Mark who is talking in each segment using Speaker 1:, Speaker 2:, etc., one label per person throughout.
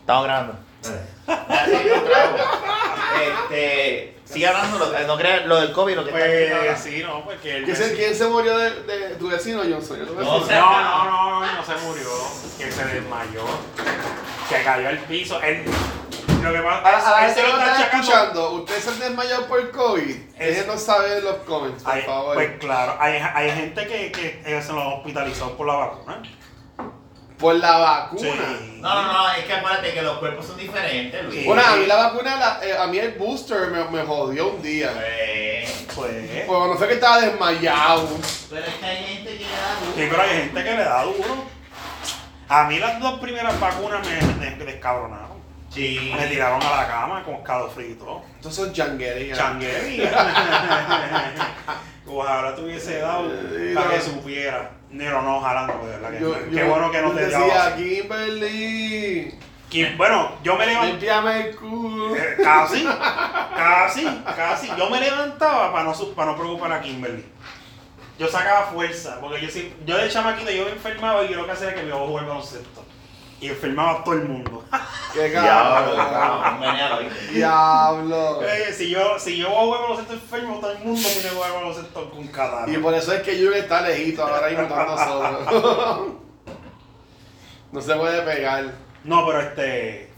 Speaker 1: Estamos grabando. Así, un trago. Este, sigue hablando, lo, que- no creas lo del COVID, lo que está
Speaker 2: Pues
Speaker 1: haciendo
Speaker 2: sí, no, porque él.
Speaker 3: ¿Quién se, quién se murió de, de tu vecino, Johnson? Yo tu
Speaker 1: No
Speaker 3: vecino.
Speaker 1: sé.
Speaker 2: No, no, no, no, no se murió. Que se desmayó. Se cayó al piso. Él. Lo que
Speaker 3: A, a la
Speaker 2: pasa es
Speaker 3: gente
Speaker 2: que
Speaker 3: que
Speaker 2: lo
Speaker 3: nos está
Speaker 2: está achacando.
Speaker 3: escuchando, ¿usted se desmayó por COVID? Déjenos saber en los comments, por
Speaker 2: Hay-
Speaker 3: favor.
Speaker 2: Pues claro, hay, hay gente que, que eh, se lo hospitalizó por la vacuna.
Speaker 3: por la vacuna.
Speaker 2: Sí.
Speaker 1: No, no, no, es que acuérdate que los cuerpos son diferentes, Luis. Pues,
Speaker 2: Sí.
Speaker 3: Bueno, a mí la vacuna, la- eh, a mí el booster me, me jodió un día.
Speaker 1: Pues,
Speaker 2: Pues.
Speaker 3: Porque no fue que estaba desmayado.
Speaker 1: pero es que hay gente que le da duro.
Speaker 2: Sí, pero hay gente que le da duro. A mí las dos primeras vacunas me, me- me descabronaron.
Speaker 1: Sí.
Speaker 2: Me tiraron a la cama con escalofrío y todo.
Speaker 3: Entonces son janguerías.
Speaker 2: Changuería. Ojalá te hubiese dado
Speaker 3: Sí,
Speaker 2: para
Speaker 3: no.
Speaker 2: que supiera. Pero no, ojalá no, de verdad que
Speaker 3: Yo-
Speaker 2: no. Qué
Speaker 3: yo
Speaker 2: bueno que no te dio.
Speaker 3: decía, Kimberly,
Speaker 2: Que- Bueno, yo me levantaba.
Speaker 3: limpiame el culo.
Speaker 2: Casi, casi, casi. Yo me levantaba para no, su- para no preocupar a Kimberly. Yo sacaba fuerza, porque yo, sí- yo de chamaquito yo me enfermaba y yo lo que hacía era que me iba a jugar baloncesto. Y enfermaba a todo el mundo.
Speaker 3: Qué
Speaker 1: Diablo,
Speaker 3: cabrón.
Speaker 1: un veneno, ¿viste?
Speaker 3: Diablo.
Speaker 2: Eh, si yo si yo voy a jugar baloncesto enfermo, todo el mundo tiene que jugar baloncesto con catarro.
Speaker 3: Y por eso es que Junior está lejito ahora mismo con nosotros. no se puede pegar.
Speaker 2: No, pero este.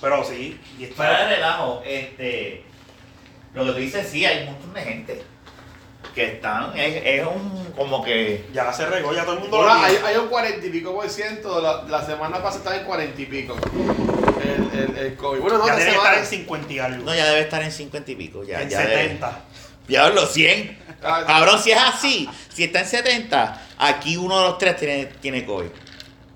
Speaker 2: Pero sí. Y está-
Speaker 1: Fuera de relajo, este, lo que tú dices, sí, hay un montón de gente que están, es, es un, como que,
Speaker 2: Ya se regó, ya todo el mundo lo
Speaker 3: Ahora, hay,
Speaker 2: tiene.
Speaker 3: hay un cuarenta y pico por ciento. La, la semana pasada estaba en cuarenta y pico. El, el, el COVID. Bueno, no,
Speaker 2: ya
Speaker 3: la
Speaker 2: tiene que
Speaker 3: semana.
Speaker 2: estar en 50 y algo.
Speaker 1: no, ya debe estar en 50 y pico, ya,
Speaker 2: en
Speaker 1: ya debe.
Speaker 2: 70.
Speaker 1: Diablo, 100.
Speaker 3: Ah,
Speaker 1: Cabrón, si es así, si está en 70, aquí uno de los tres tiene, tiene COVID.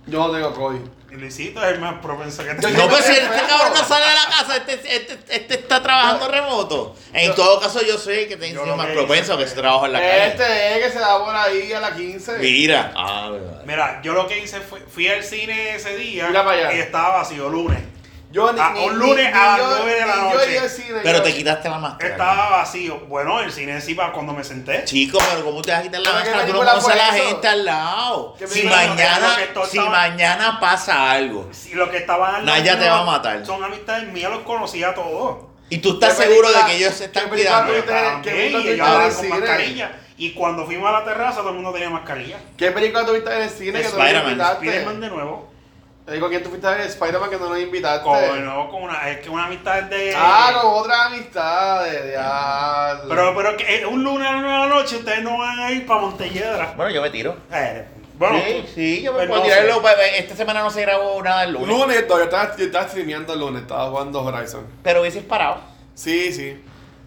Speaker 3: Yo no tengo COVID.
Speaker 2: Y Luisito es el más propenso que
Speaker 3: Yo-
Speaker 1: No,
Speaker 2: tengo.
Speaker 1: pero si este cabrón no sale de la casa, este, este, este está trabajando remoto. En
Speaker 3: Yo-
Speaker 1: todo caso, yo soy el que
Speaker 2: Yo
Speaker 1: tengo
Speaker 2: lo
Speaker 1: más
Speaker 2: que
Speaker 1: propenso
Speaker 2: hice
Speaker 1: que
Speaker 2: fue-
Speaker 1: se trabaja en la calle.
Speaker 3: Este es que se da por ahí a las 15.
Speaker 1: Mira. Ah, verdad.
Speaker 2: Mira, yo lo que hice fue. Fui al cine ese día.
Speaker 3: Mira para allá.
Speaker 2: Y estaba vacío lunes.
Speaker 3: Yo ni,
Speaker 2: Ah,
Speaker 3: ni-
Speaker 2: un lunes
Speaker 3: ni-
Speaker 2: a
Speaker 3: ni
Speaker 2: las
Speaker 3: yo-
Speaker 2: nueve de la
Speaker 3: ni yo
Speaker 2: noche.
Speaker 3: iría al cine,
Speaker 1: pero
Speaker 3: yo-
Speaker 1: te quitaste la máscara.
Speaker 2: Estaba vacío. Bueno, el cine sí, para cuando me senté.
Speaker 1: Chico, pero ¿cómo te vas a quitar la
Speaker 3: ¿Pero qué
Speaker 1: máscara? Tú no
Speaker 3: película
Speaker 1: conoces a la
Speaker 3: fue eso?
Speaker 1: gente al lado.
Speaker 3: ¿Qué
Speaker 1: Si
Speaker 3: película?
Speaker 1: mañana,
Speaker 2: Es lo que
Speaker 1: si
Speaker 2: estaba-
Speaker 1: mañana pasa algo
Speaker 2: Y los que estaban al lado
Speaker 1: Naya te
Speaker 2: mío
Speaker 1: va a matar.
Speaker 2: Son amistades mías, los conocía a todos.
Speaker 1: y tú estás
Speaker 3: ¿Qué
Speaker 1: seguro de
Speaker 3: película-
Speaker 1: que ellos se
Speaker 3: qué
Speaker 1: están
Speaker 3: película
Speaker 1: cuidando.
Speaker 3: tú-
Speaker 2: Pero
Speaker 3: ustedes-
Speaker 2: estaban
Speaker 3: ¿qué
Speaker 2: bien,
Speaker 3: película
Speaker 2: y
Speaker 3: tú
Speaker 2: ellos
Speaker 3: viste en
Speaker 2: hablaban
Speaker 3: el
Speaker 2: con
Speaker 3: cine?
Speaker 2: mascarilla. Y cuando fuimos a la terraza, todo el mundo tenía mascarilla.
Speaker 3: ¿Qué película tuviste en el cine que tú nos
Speaker 1: Spider-Man.
Speaker 2: Spiderman
Speaker 3: invitaste?
Speaker 2: de nuevo.
Speaker 3: Te digo, ¿quién tuviste en Spider-Man que no nos invitaste?
Speaker 2: Con, no, con una, es que una amistad de.
Speaker 3: Ah, con otras amistades, diablo.
Speaker 2: Pero, pero que eh, un lunes a las nueve de la noche ustedes no van a ir para Montelledra.
Speaker 1: Bueno, yo me tiro.
Speaker 2: Eh, bueno,
Speaker 1: sí, sí, yo me
Speaker 2: pues
Speaker 1: puedo
Speaker 2: no
Speaker 1: tirarlo.
Speaker 2: sé.
Speaker 1: pues, Esta semana no se grabó nada el lunes.
Speaker 3: Lunes, todavía estaba, yo estaba streameando el lunes, estaba jugando Horizon.
Speaker 1: Pero hubieses parado.
Speaker 3: Sí, sí.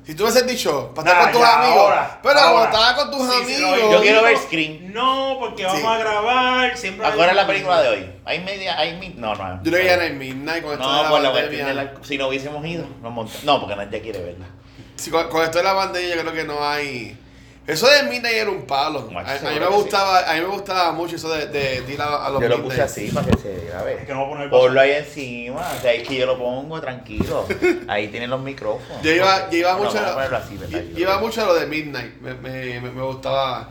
Speaker 3: Si tú hubieses dicho, para estar
Speaker 2: Nah,
Speaker 3: con tus
Speaker 2: ya,
Speaker 3: amigos.
Speaker 2: ahora,
Speaker 3: pero
Speaker 2: ahora.
Speaker 3: como estaba con tus
Speaker 2: Sí, sí,
Speaker 3: amigos.
Speaker 2: lo oí.
Speaker 1: Yo quiero ver Scream.
Speaker 2: No, porque vamos
Speaker 3: Sí.
Speaker 2: a grabar. Siempre
Speaker 1: ¿A cuál es
Speaker 2: hay-
Speaker 1: la película de hoy? ¿Hay media? ¿Hay mi- No, no.
Speaker 3: Yo le dije en el Midnight con esto de
Speaker 1: No,
Speaker 3: la
Speaker 1: por la
Speaker 3: pandemia.
Speaker 1: cuestión de la... Si no hubiésemos ido, nos montamos. No, porque nadie quiere verla.
Speaker 3: Sí, con, con esto de la pandemia yo creo que no hay. Eso de Midnight era un palo.
Speaker 1: Macho,
Speaker 3: A, a mí
Speaker 1: seguro
Speaker 3: me
Speaker 1: que
Speaker 3: gustaba, a mí me gustaba mucho eso de, de, de ir a, a los
Speaker 1: Yo lo
Speaker 3: Midnight.
Speaker 1: puse así para que se grabe.
Speaker 2: Es que no voy a poner
Speaker 1: Ponlo ahí encima. O sea, es que yo lo pongo tranquilo. Ahí tienen los micrófonos.
Speaker 3: Yo iba, yo iba
Speaker 1: Bueno,
Speaker 3: mucho,
Speaker 1: vamos a
Speaker 3: a,
Speaker 1: ponerlo así, ¿verdad?
Speaker 3: yo iba mucho a lo de Midnight. Me, me, me, me gustaba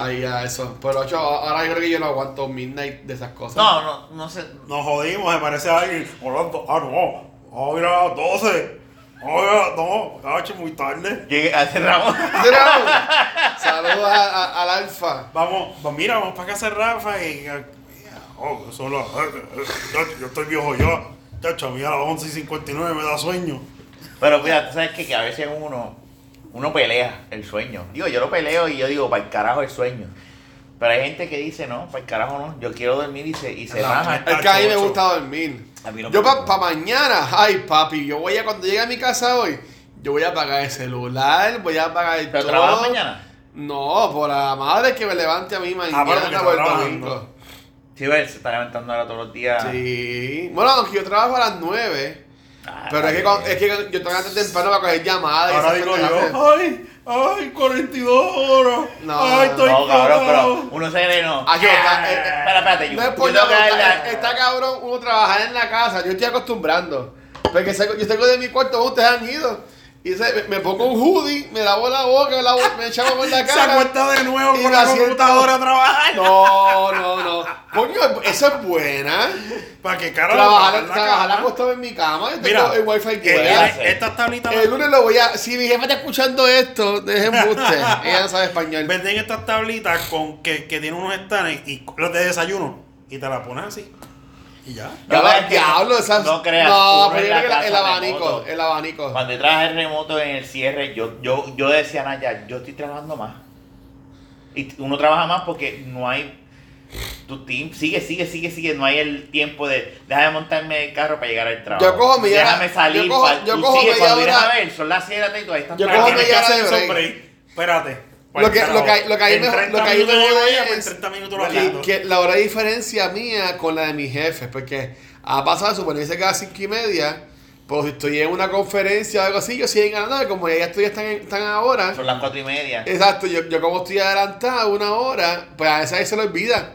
Speaker 3: ahí a eso. Pero yo- ahora yo creo que yo no aguanto Midnight de esas cosas.
Speaker 1: No, no, no sé.
Speaker 2: Nos jodimos, me parece a alguien. Orlando, Ah, no. Vamos a ir a las 12. Vamos a ir a las 2. Cacho, muy tarde.
Speaker 1: Llegué a cerramos.
Speaker 3: Saludos Saludos a- a- al alfa.
Speaker 2: Vamos, pues mira, vamos para casa de Rafa y. eh, Oh, yo solo. Yo estoy viejo ya. Chacho, a mí a las 11 y 59 me da sueño.
Speaker 1: Pero mira, tú sabes que, que a veces uno, uno pelea el sueño. Digo, yo lo peleo y yo digo, para el carajo el sueño. Pero hay gente que dice, no, para el carajo no, yo quiero dormir y se, y se
Speaker 2: No,
Speaker 1: raja.
Speaker 3: Es que a mí me
Speaker 2: Ocho.
Speaker 3: gusta dormir.
Speaker 1: A mí no me
Speaker 3: Yo para
Speaker 1: gusta.
Speaker 3: mañana, ay papi, yo voy a cuando llegue a mi casa hoy, yo voy a apagar el celular, voy a apagar el
Speaker 1: ¿Pero
Speaker 3: todo.
Speaker 1: trabajas mañana? Ah,
Speaker 3: No, por la madre que me levante a mí mañana
Speaker 2: pero porque
Speaker 3: o el
Speaker 2: está
Speaker 3: domingo.
Speaker 1: Sí, ves, se está levantando ahora todos los días.
Speaker 3: Sí. Bueno, aunque yo trabajo a las 9,
Speaker 1: Ah,
Speaker 3: pero es que,
Speaker 1: está
Speaker 3: cuando-
Speaker 1: bien.
Speaker 3: es que yo trabajo tan temprano para coger llamadas. y
Speaker 2: Ahora
Speaker 3: esas
Speaker 2: digo
Speaker 3: pendejadas.
Speaker 2: yo. Ay, ay, 42 horas.
Speaker 3: No,
Speaker 2: ay, estoy
Speaker 1: No, cabrón,
Speaker 2: cagado.
Speaker 1: pero uno se cree, no.
Speaker 3: Ah, yo,
Speaker 1: Ah,
Speaker 3: eh, eh,
Speaker 1: espera, espérate, yo,
Speaker 3: No es
Speaker 1: yo
Speaker 3: por
Speaker 1: tengo
Speaker 3: nada,
Speaker 1: que dar
Speaker 3: está,
Speaker 1: la-
Speaker 3: está cabrón uno trabajar en la casa. Yo estoy acostumbrando. Porque salgo- yo salgo de mi cuarto, ustedes han ido. Y dice, me, me pongo un hoodie, me lavo la boca, me, lavo, me echaba por la
Speaker 2: Se
Speaker 3: cara.
Speaker 2: acuesta de nuevo
Speaker 3: Y
Speaker 2: con
Speaker 3: la
Speaker 2: la
Speaker 3: siento-
Speaker 2: computadora a trabajar.
Speaker 3: No, no, no. Coño, esa es buena.
Speaker 2: ¿Para qué carajo?
Speaker 3: Trabajar,
Speaker 2: Para la
Speaker 3: trabajar
Speaker 2: cama.
Speaker 3: acostado en mi cama. Tengo
Speaker 2: Mira,
Speaker 3: el wifi
Speaker 2: el
Speaker 1: puede
Speaker 2: lunes-
Speaker 3: fuera.
Speaker 1: hacer.
Speaker 2: estas tablitas.
Speaker 3: El lunes lo voy a. Si mi jefa está escuchando esto, dejen buste. Ella no sabe español.
Speaker 2: Venden estas tablitas con que, que tienen unos stands y los de desayuno. Y te la pones así. Y ya.
Speaker 3: Ya
Speaker 1: creas
Speaker 3: va,
Speaker 1: que
Speaker 3: diablo, esas.
Speaker 1: no creas,
Speaker 3: No,
Speaker 1: uno
Speaker 3: pero
Speaker 1: en
Speaker 3: yo
Speaker 1: la
Speaker 3: creo que la- el
Speaker 1: casa
Speaker 3: abanico.
Speaker 1: remoto.
Speaker 3: El abanico.
Speaker 1: Cuando yo trabajé en remoto en el cierre, yo, yo, yo decía, Naya, yo estoy trabajando más. Y t- uno trabaja más porque no hay. Tu team sigue, sigue, sigue, sigue. No hay el tiempo de. Deja de montarme el carro para llegar al trabajo.
Speaker 3: Yo cojo media-
Speaker 1: Déjame salir.
Speaker 3: yo cojo-
Speaker 1: pa'l-
Speaker 3: yo
Speaker 1: tú
Speaker 3: cojo
Speaker 1: sigue,
Speaker 3: media
Speaker 1: cuando vienes
Speaker 3: hora-
Speaker 1: a ver, son las 7 de la tarde y todavía están
Speaker 3: Yo
Speaker 1: trabajando.
Speaker 3: cojo
Speaker 2: Tienes
Speaker 3: media hora
Speaker 2: que hacer
Speaker 3: de
Speaker 2: esos
Speaker 3: break.
Speaker 2: break. Espérate.
Speaker 3: Lo que- lo que- lo que ahí
Speaker 2: En
Speaker 3: me-
Speaker 2: 30
Speaker 3: lo que ahí me
Speaker 2: minutos
Speaker 3: jode
Speaker 2: ella, pues,
Speaker 3: es
Speaker 2: 30 minutos
Speaker 3: Y
Speaker 2: hablando.
Speaker 3: que la hora de diferencia mía con la de mi jefe, porque ha pasado, suponiese que a las 5 y media, pero si estoy en una conferencia o algo así, yo siguen ganando, como ya estoy, están, están ahora.
Speaker 1: Son las 4 y media.
Speaker 3: Exacto, yo, yo como estoy adelantado una hora, pues a veces ahí se lo olvida.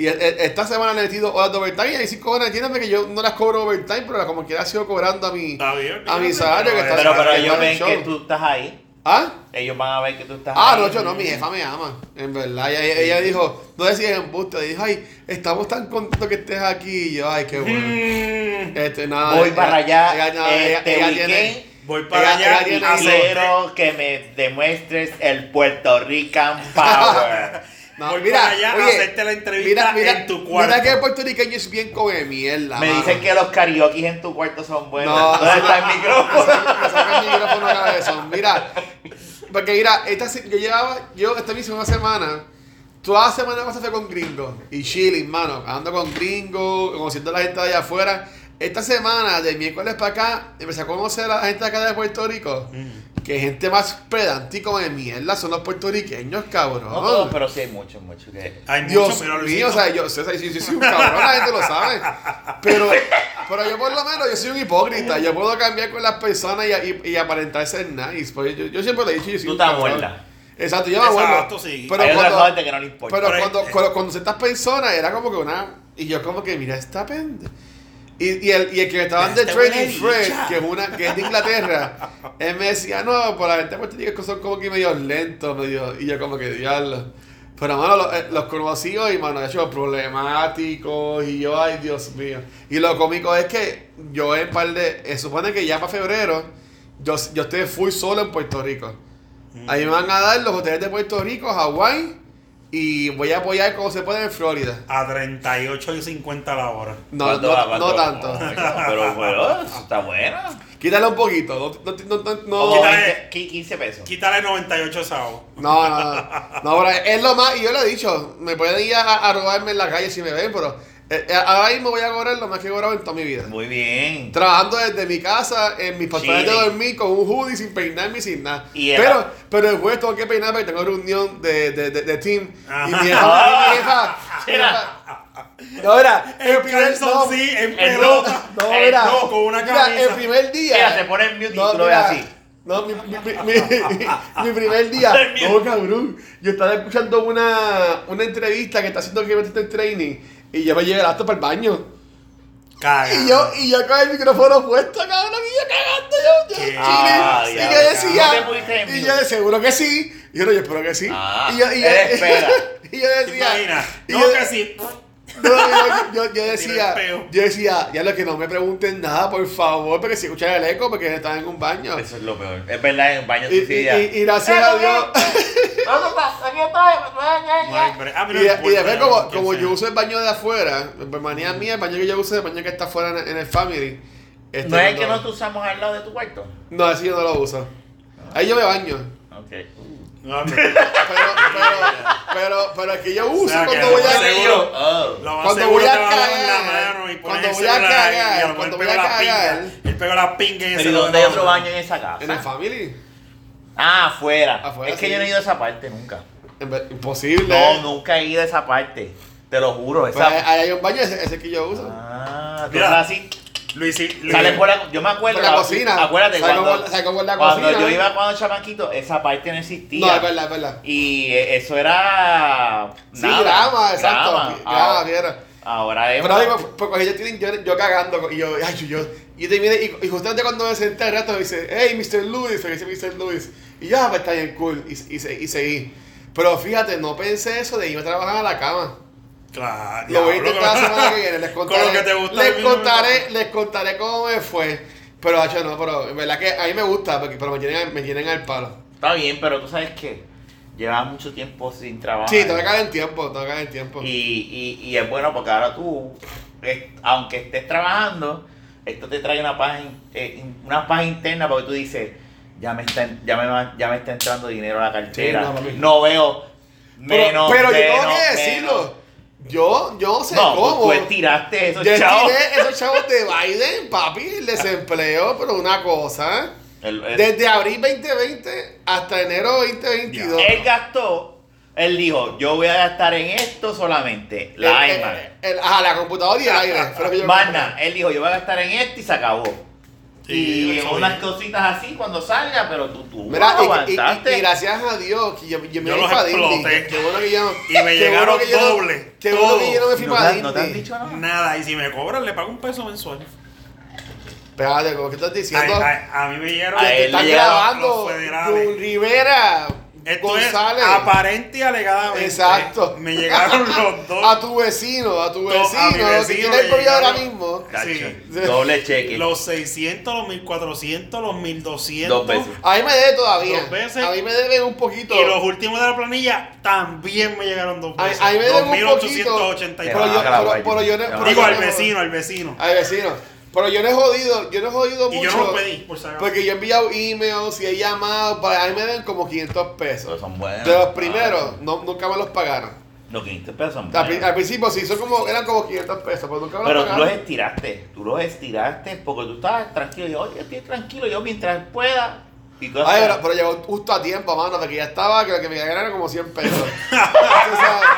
Speaker 3: Y e- e- esta semana le he metido horas de overtime y hay 5 horas, entiéndame que yo no las cobro overtime, pero como quiera sigo cobrando a mi...
Speaker 2: Está bien,
Speaker 3: A mi
Speaker 2: fíjate,
Speaker 3: salario que está-
Speaker 1: Pero, pero
Speaker 3: Ah,
Speaker 1: ellos
Speaker 3: bueno,
Speaker 1: ven
Speaker 3: show.
Speaker 1: que tú estás ahí.
Speaker 3: ¿Ah?
Speaker 1: Ellos van a ver que tú estás
Speaker 3: Ah,
Speaker 1: ahí.
Speaker 3: no, yo no, mi jefa me ama, en verdad. Ella, ella- ella dijo, no decías embuste, dijo, ay, estamos tan contentos que estés aquí. Y yo, ay, qué bueno.
Speaker 2: Mm,
Speaker 3: Este, nada,
Speaker 1: Voy
Speaker 3: ella-
Speaker 1: para allá.
Speaker 3: ella- nada, ella-
Speaker 1: este
Speaker 3: ella
Speaker 1: weekend.
Speaker 3: tiene-
Speaker 2: Voy para
Speaker 3: Ella-
Speaker 2: allá
Speaker 3: ella
Speaker 2: y
Speaker 3: tiene-
Speaker 2: hacer.
Speaker 1: Quiero que me demuestres el Puerto Rican Power.
Speaker 3: No,
Speaker 2: Voy
Speaker 3: mira,
Speaker 2: para allá a
Speaker 3: oye,
Speaker 2: hacerte la entrevista en tu cuarto.
Speaker 3: Mira que el puertorriqueño es bien come mierda.
Speaker 1: Me
Speaker 3: mano.
Speaker 1: dicen que los karaoke en tu cuarto son buenos.
Speaker 3: No.
Speaker 1: ¿Dónde está el
Speaker 3: Me
Speaker 1: micrófono?
Speaker 3: saca- me saca el micrófono de cabezón. Mira, porque mira, esta, se- yo llevaba, yo esta misma semana, toda la semana pasada fue con gringos y chilling, mano, ando con gringos, conociendo a la gente de allá afuera. Esta semana, de miércoles para acá, empecé a conocer a la gente de acá de Puerto Rico,
Speaker 1: Mm.
Speaker 3: que gente más pedántico de mierda son los puertorriqueños, cabrón.
Speaker 1: No todos, Oh, pero sí hay muchos, muchos. que-
Speaker 2: Hay
Speaker 3: Dios
Speaker 2: mucho, pero
Speaker 3: mío,
Speaker 2: Luisito,
Speaker 3: o sea, yo, o sea, yo- yo soy un cabrón, la gente lo sabe. Pero, pero yo por lo menos, yo soy un hipócrita. Yo puedo cambiar con las personas y, y, y aparentar ser nice. Porque yo, yo siempre le he dicho, yo soy
Speaker 1: Tú
Speaker 3: un
Speaker 1: te
Speaker 3: cabrón.
Speaker 1: amuelas.
Speaker 3: Exacto, yo me acuerdo.
Speaker 2: Exacto, sí.
Speaker 3: Pero
Speaker 1: hay otra
Speaker 3: cuando,
Speaker 1: gente que no le importa.
Speaker 3: pero
Speaker 2: Pero-
Speaker 3: cuando, cuando, cuando ciertas personas era como que una... Y yo como que, mira esta pendeja. Y, y, el, y el que me estaban de
Speaker 2: Este huele
Speaker 3: Training
Speaker 2: bicha.
Speaker 3: Fred, que es, una, que es de Inglaterra, él me decía, no, por la gente de Puerto Rico son como que medio lentos, medio, y yo como que diablo. Pero mano, los, eh, los conocí hoy, mano, de hecho, problemáticos, y yo, ay Dios mío. Y lo cómico es que yo en par de, eh, supone que ya para febrero, yo, yo estoy full solo en Puerto Rico. Ahí me van a dar los hoteles de Puerto Rico, Hawái, y voy a apoyar como se puede en Florida.
Speaker 2: a 38 y 50 la hora.
Speaker 3: No, no,
Speaker 1: ¿Cuánto va?
Speaker 3: no
Speaker 1: ¿Cuánto?
Speaker 3: tanto.
Speaker 1: Pero bueno, eso está bueno.
Speaker 3: Quítale un poquito. No, no, no, no,
Speaker 1: Como
Speaker 3: no,
Speaker 2: Quítale-
Speaker 1: 20, 15 pesos.
Speaker 2: Quítale 98 esa hora.
Speaker 3: no, no, pero es lo más, y yo lo he dicho, me pueden ir a, a robarme en la calle si me ven, pero eh, eh, ahora mismo voy a cobrar lo más que he cobrado en toda mi vida.
Speaker 1: Muy bien.
Speaker 3: Trabajando desde mi casa, en mis pantalones de
Speaker 1: Sí.
Speaker 3: dormir, con un hoodie, sin peinarme y sin nada.
Speaker 1: Y el-
Speaker 3: pero, pero después tengo que peinarme porque tengo reunión de, de, de, de team.
Speaker 2: Ah.
Speaker 3: Y mi
Speaker 1: Ajá.
Speaker 3: hija, mi hija, mi hija- No, mira,
Speaker 2: El
Speaker 3: primer- no,
Speaker 2: calzón sí, en
Speaker 1: el
Speaker 2: pelota.
Speaker 3: No,
Speaker 1: Eh,
Speaker 3: mira,
Speaker 2: no, con una
Speaker 3: mira,
Speaker 2: camisa.
Speaker 3: el primer día.
Speaker 1: Mira, te pones mute y tú lo ves
Speaker 3: mira,
Speaker 1: así.
Speaker 3: No, mi, mi, mi- mi- mi primer día. No, cabrón. Yo estaba escuchando una, una entrevista que está haciendo que metiste en training. Y yo me llevé el acto para el baño.
Speaker 2: Caga.
Speaker 3: Y yo, y yo con el micrófono puesto, cabrón, y yo cagando, yo, yo
Speaker 2: ¿Qué?
Speaker 3: chile.
Speaker 1: Ah,
Speaker 3: y
Speaker 1: ya,
Speaker 3: yo
Speaker 1: ya.
Speaker 3: decía,
Speaker 1: No te pudiste en
Speaker 3: y
Speaker 1: mute.
Speaker 3: yo de seguro que sí. Y yo, no, yo espero que sí.
Speaker 1: Ah,
Speaker 3: y yo, y yo,
Speaker 1: él espera.
Speaker 3: y yo
Speaker 2: eh, ¿Te
Speaker 3: decía,
Speaker 2: imaginas?
Speaker 3: y
Speaker 2: No,
Speaker 3: yo-
Speaker 2: que sí.
Speaker 3: no, yo, yo, yo
Speaker 2: Tira
Speaker 3: decía,
Speaker 2: el peo.
Speaker 3: yo decía, ya lo que no me pregunten nada, por favor, porque si escuchan el eco, porque están en un baño.
Speaker 1: Eso es lo peor. Es verdad, en el baño
Speaker 3: Y,
Speaker 1: tú
Speaker 3: y,
Speaker 1: sí ya.
Speaker 3: y- y gracias a Dios.
Speaker 2: No hay break. Ah,
Speaker 3: Y,
Speaker 2: mira,
Speaker 3: de-
Speaker 2: no
Speaker 3: y después,
Speaker 2: importa,
Speaker 3: como,
Speaker 2: yo qué
Speaker 3: como
Speaker 2: sé.
Speaker 3: yo uso el baño de afuera, pues, manía mía, el baño que yo uso es el baño que está afuera en, en el family. este,
Speaker 1: ¿No es el que
Speaker 3: cuando-
Speaker 1: no te usamos al lado de tu cuarto?
Speaker 3: No, ese yo no lo uso. Ahí yo me baño.
Speaker 1: Ok.
Speaker 2: No, hombre,
Speaker 3: Pero, pero, pero, pero el que yo uso
Speaker 2: sea, que
Speaker 3: cuando voy
Speaker 2: no
Speaker 3: a.
Speaker 2: sé.
Speaker 1: Seguro.
Speaker 2: Seguro.
Speaker 1: Oh.
Speaker 2: lo más
Speaker 3: Cuando
Speaker 2: seguro
Speaker 3: voy a
Speaker 2: te va lavar
Speaker 3: cagar,
Speaker 2: la mano y pones
Speaker 3: cuando
Speaker 2: el
Speaker 3: voy a
Speaker 2: celular ahí,
Speaker 3: cagar,
Speaker 2: y a lo mejor
Speaker 3: cuando
Speaker 2: pega
Speaker 3: voy a
Speaker 2: la pinga,
Speaker 3: cagar.
Speaker 2: Él pega la pinga en
Speaker 1: Pero ¿y dónde hay otro baño en esa casa?
Speaker 3: En el family.
Speaker 1: Ah, afuera.
Speaker 3: Afuera,
Speaker 1: Es que
Speaker 3: sí.
Speaker 1: yo no he ido a esa parte nunca.
Speaker 3: En ver- Imposible.
Speaker 1: No, nunca he ido a esa parte. Te lo juro.
Speaker 3: Pues
Speaker 1: Esa...
Speaker 3: ahí ahí hay un baño, ese, ese que yo uso.
Speaker 1: Ah, tú
Speaker 2: Mira.
Speaker 1: estás así.
Speaker 2: Luis,
Speaker 1: Sale por la, yo me acuerdo.
Speaker 3: Por la cocina.
Speaker 1: Acuérdate,
Speaker 3: Salgo
Speaker 1: cuando,
Speaker 3: por- salgo por la
Speaker 1: cuando
Speaker 3: cocina. eh?
Speaker 1: yo iba cuando chamaquito, esa parte no existía.
Speaker 3: No, es verdad, es verdad.
Speaker 1: Y eh, eso era.
Speaker 3: Sí,
Speaker 1: nada,
Speaker 3: grama, exacto.
Speaker 1: grama.
Speaker 3: Grama,
Speaker 1: Ah,
Speaker 3: piedra.
Speaker 1: Ahora es.
Speaker 3: Pero pues. ahora mismo, porque ellos tienen yo, yo cagando, y yo, ay, yo, yo- y te viene, y, y justamente cuando me senté al rato, me dice, hey, Mr. Lewis, me dice Mr. Lewis, y yo, ah, pues está bien cool, y, y, se- y seguí. Pero fíjate, no pensé eso de irme a trabajar a la cama.
Speaker 2: Claro.
Speaker 3: Lo voy a
Speaker 2: diablo,
Speaker 3: intentar la
Speaker 2: cabrón.
Speaker 3: semana que viene, les
Speaker 2: Con
Speaker 3: contaré.
Speaker 2: lo que te gusta a
Speaker 3: les,
Speaker 2: mí,
Speaker 3: contaré les contaré cómo me fue. Pero, hacho, no, pero en verdad que a mí me gusta, porque, pero me tienen, me tienen al palo.
Speaker 1: Está bien, pero tú sabes que llevas mucho tiempo sin trabajar.
Speaker 3: Sí, tengo que caer en tiempo, tengo que caer en tiempo.
Speaker 1: Y, y, y es bueno porque ahora tú, eh, aunque estés trabajando, esto te trae una paz, in- eh, in- una paz interna porque tú dices, ya me está, en- ya me, va- ya me está entrando dinero a la cartera,
Speaker 3: Sí, no,
Speaker 1: no,
Speaker 3: papi.
Speaker 1: veo menos,
Speaker 3: pero, pero yo
Speaker 1: menos,
Speaker 3: tengo que decirlo.
Speaker 1: menos.
Speaker 3: Yo, yo sé
Speaker 1: No, pues
Speaker 3: cómo.
Speaker 1: tú estiraste eso,
Speaker 3: Yo
Speaker 1: chao.
Speaker 3: tiré esos chavos de Biden, papi, el desempleo, pero una cosa.
Speaker 1: El- el-
Speaker 3: Desde abril 2020 hasta enero 2022.
Speaker 1: él gastó, él dijo, yo voy a gastar en esto solamente, la
Speaker 3: El-
Speaker 1: iMac.
Speaker 3: el- el- ajá, la computadora y el aire. fue lo que Eh, yo-
Speaker 1: Más nada, él dijo, yo voy a gastar en esto y se acabó.
Speaker 2: Sí,
Speaker 1: y
Speaker 2: eso
Speaker 1: unas
Speaker 2: bien.
Speaker 1: cositas así cuando salga, pero tú, tú
Speaker 3: Mira, y- y, y-
Speaker 1: aguantaste.
Speaker 3: y gracias a Dios que yo, yo me
Speaker 2: Yo
Speaker 3: fui
Speaker 2: los
Speaker 3: para Disney.
Speaker 2: exploté.
Speaker 3: Qué bueno que yo no.
Speaker 2: Y me
Speaker 3: qué bueno
Speaker 2: llegaron
Speaker 3: que yo no-
Speaker 2: doble,
Speaker 3: Qué bueno que
Speaker 2: todo.
Speaker 3: yo no me fui
Speaker 1: ¿No,
Speaker 3: para
Speaker 1: te, no te han
Speaker 3: Disney.
Speaker 1: dicho nada?
Speaker 2: Nada, y si me cobran, le pago un peso mensual.
Speaker 3: Espérate, ¿cómo que estás
Speaker 2: A,
Speaker 3: diciendo?
Speaker 2: a- a mí me dieron.
Speaker 1: A
Speaker 3: Te
Speaker 1: él
Speaker 3: están
Speaker 1: le llegaron
Speaker 3: grabando.
Speaker 2: los federales.
Speaker 3: Con Rivera.
Speaker 2: Esto
Speaker 3: González.
Speaker 2: es aparente y alegadamente.
Speaker 3: Exacto.
Speaker 2: Me llegaron los dos.
Speaker 3: A tu vecino, a tu
Speaker 2: To- a
Speaker 3: vecino,
Speaker 2: mi
Speaker 3: que
Speaker 2: vecino
Speaker 3: tiene el
Speaker 2: le
Speaker 3: COVID ahora
Speaker 2: llegaron.
Speaker 3: mismo.
Speaker 1: Cacho,
Speaker 2: Sí.
Speaker 1: Doble cheque.
Speaker 2: Los 600, los 1400, los
Speaker 1: Dos
Speaker 2: 1200.
Speaker 1: veces.
Speaker 3: A mí me debe todavía.
Speaker 2: Dos veces.
Speaker 3: A mí me deben un poquito.
Speaker 2: Y los últimos de la planilla también me llegaron dos
Speaker 3: A-
Speaker 2: veces.
Speaker 3: a mí me deben un
Speaker 1: Ah,
Speaker 3: pero yo,
Speaker 1: claro,
Speaker 2: $2,883.
Speaker 3: pero-
Speaker 1: guayo.
Speaker 3: pero yo no-
Speaker 1: Claro.
Speaker 3: pero
Speaker 2: Digo
Speaker 3: yo
Speaker 2: al
Speaker 3: no-
Speaker 2: vecino, al vecino.
Speaker 3: Al vecino. Pero yo no he jodido, yo no he jodido
Speaker 2: Y
Speaker 3: Ah, mucho.
Speaker 2: yo no lo pedí, por si acaso.
Speaker 3: Porque yo he enviado emails y he llamado. Para, a mí me deben como 500
Speaker 1: Esos
Speaker 3: pesos.
Speaker 1: son buenos.
Speaker 3: De los primeros, no- nunca me los pagaron.
Speaker 1: Los 15 pesos son
Speaker 3: Al, pri- al
Speaker 1: buenos.
Speaker 3: principio sí, son como, eran como 500 pesos, pero nunca me
Speaker 1: Pero
Speaker 3: los
Speaker 1: tú los
Speaker 3: pagaron.
Speaker 1: estiraste. Tú los estiraste porque tú estabas tranquilo. Y yo, oye, estoy tranquilo. Yo mientras pueda. Y tú
Speaker 3: Ay,
Speaker 1: haces-
Speaker 3: pero, pero llegó justo a tiempo, mano, porque ya estaba, que lo que me cagaron era como 100 pesos. Tú sabes,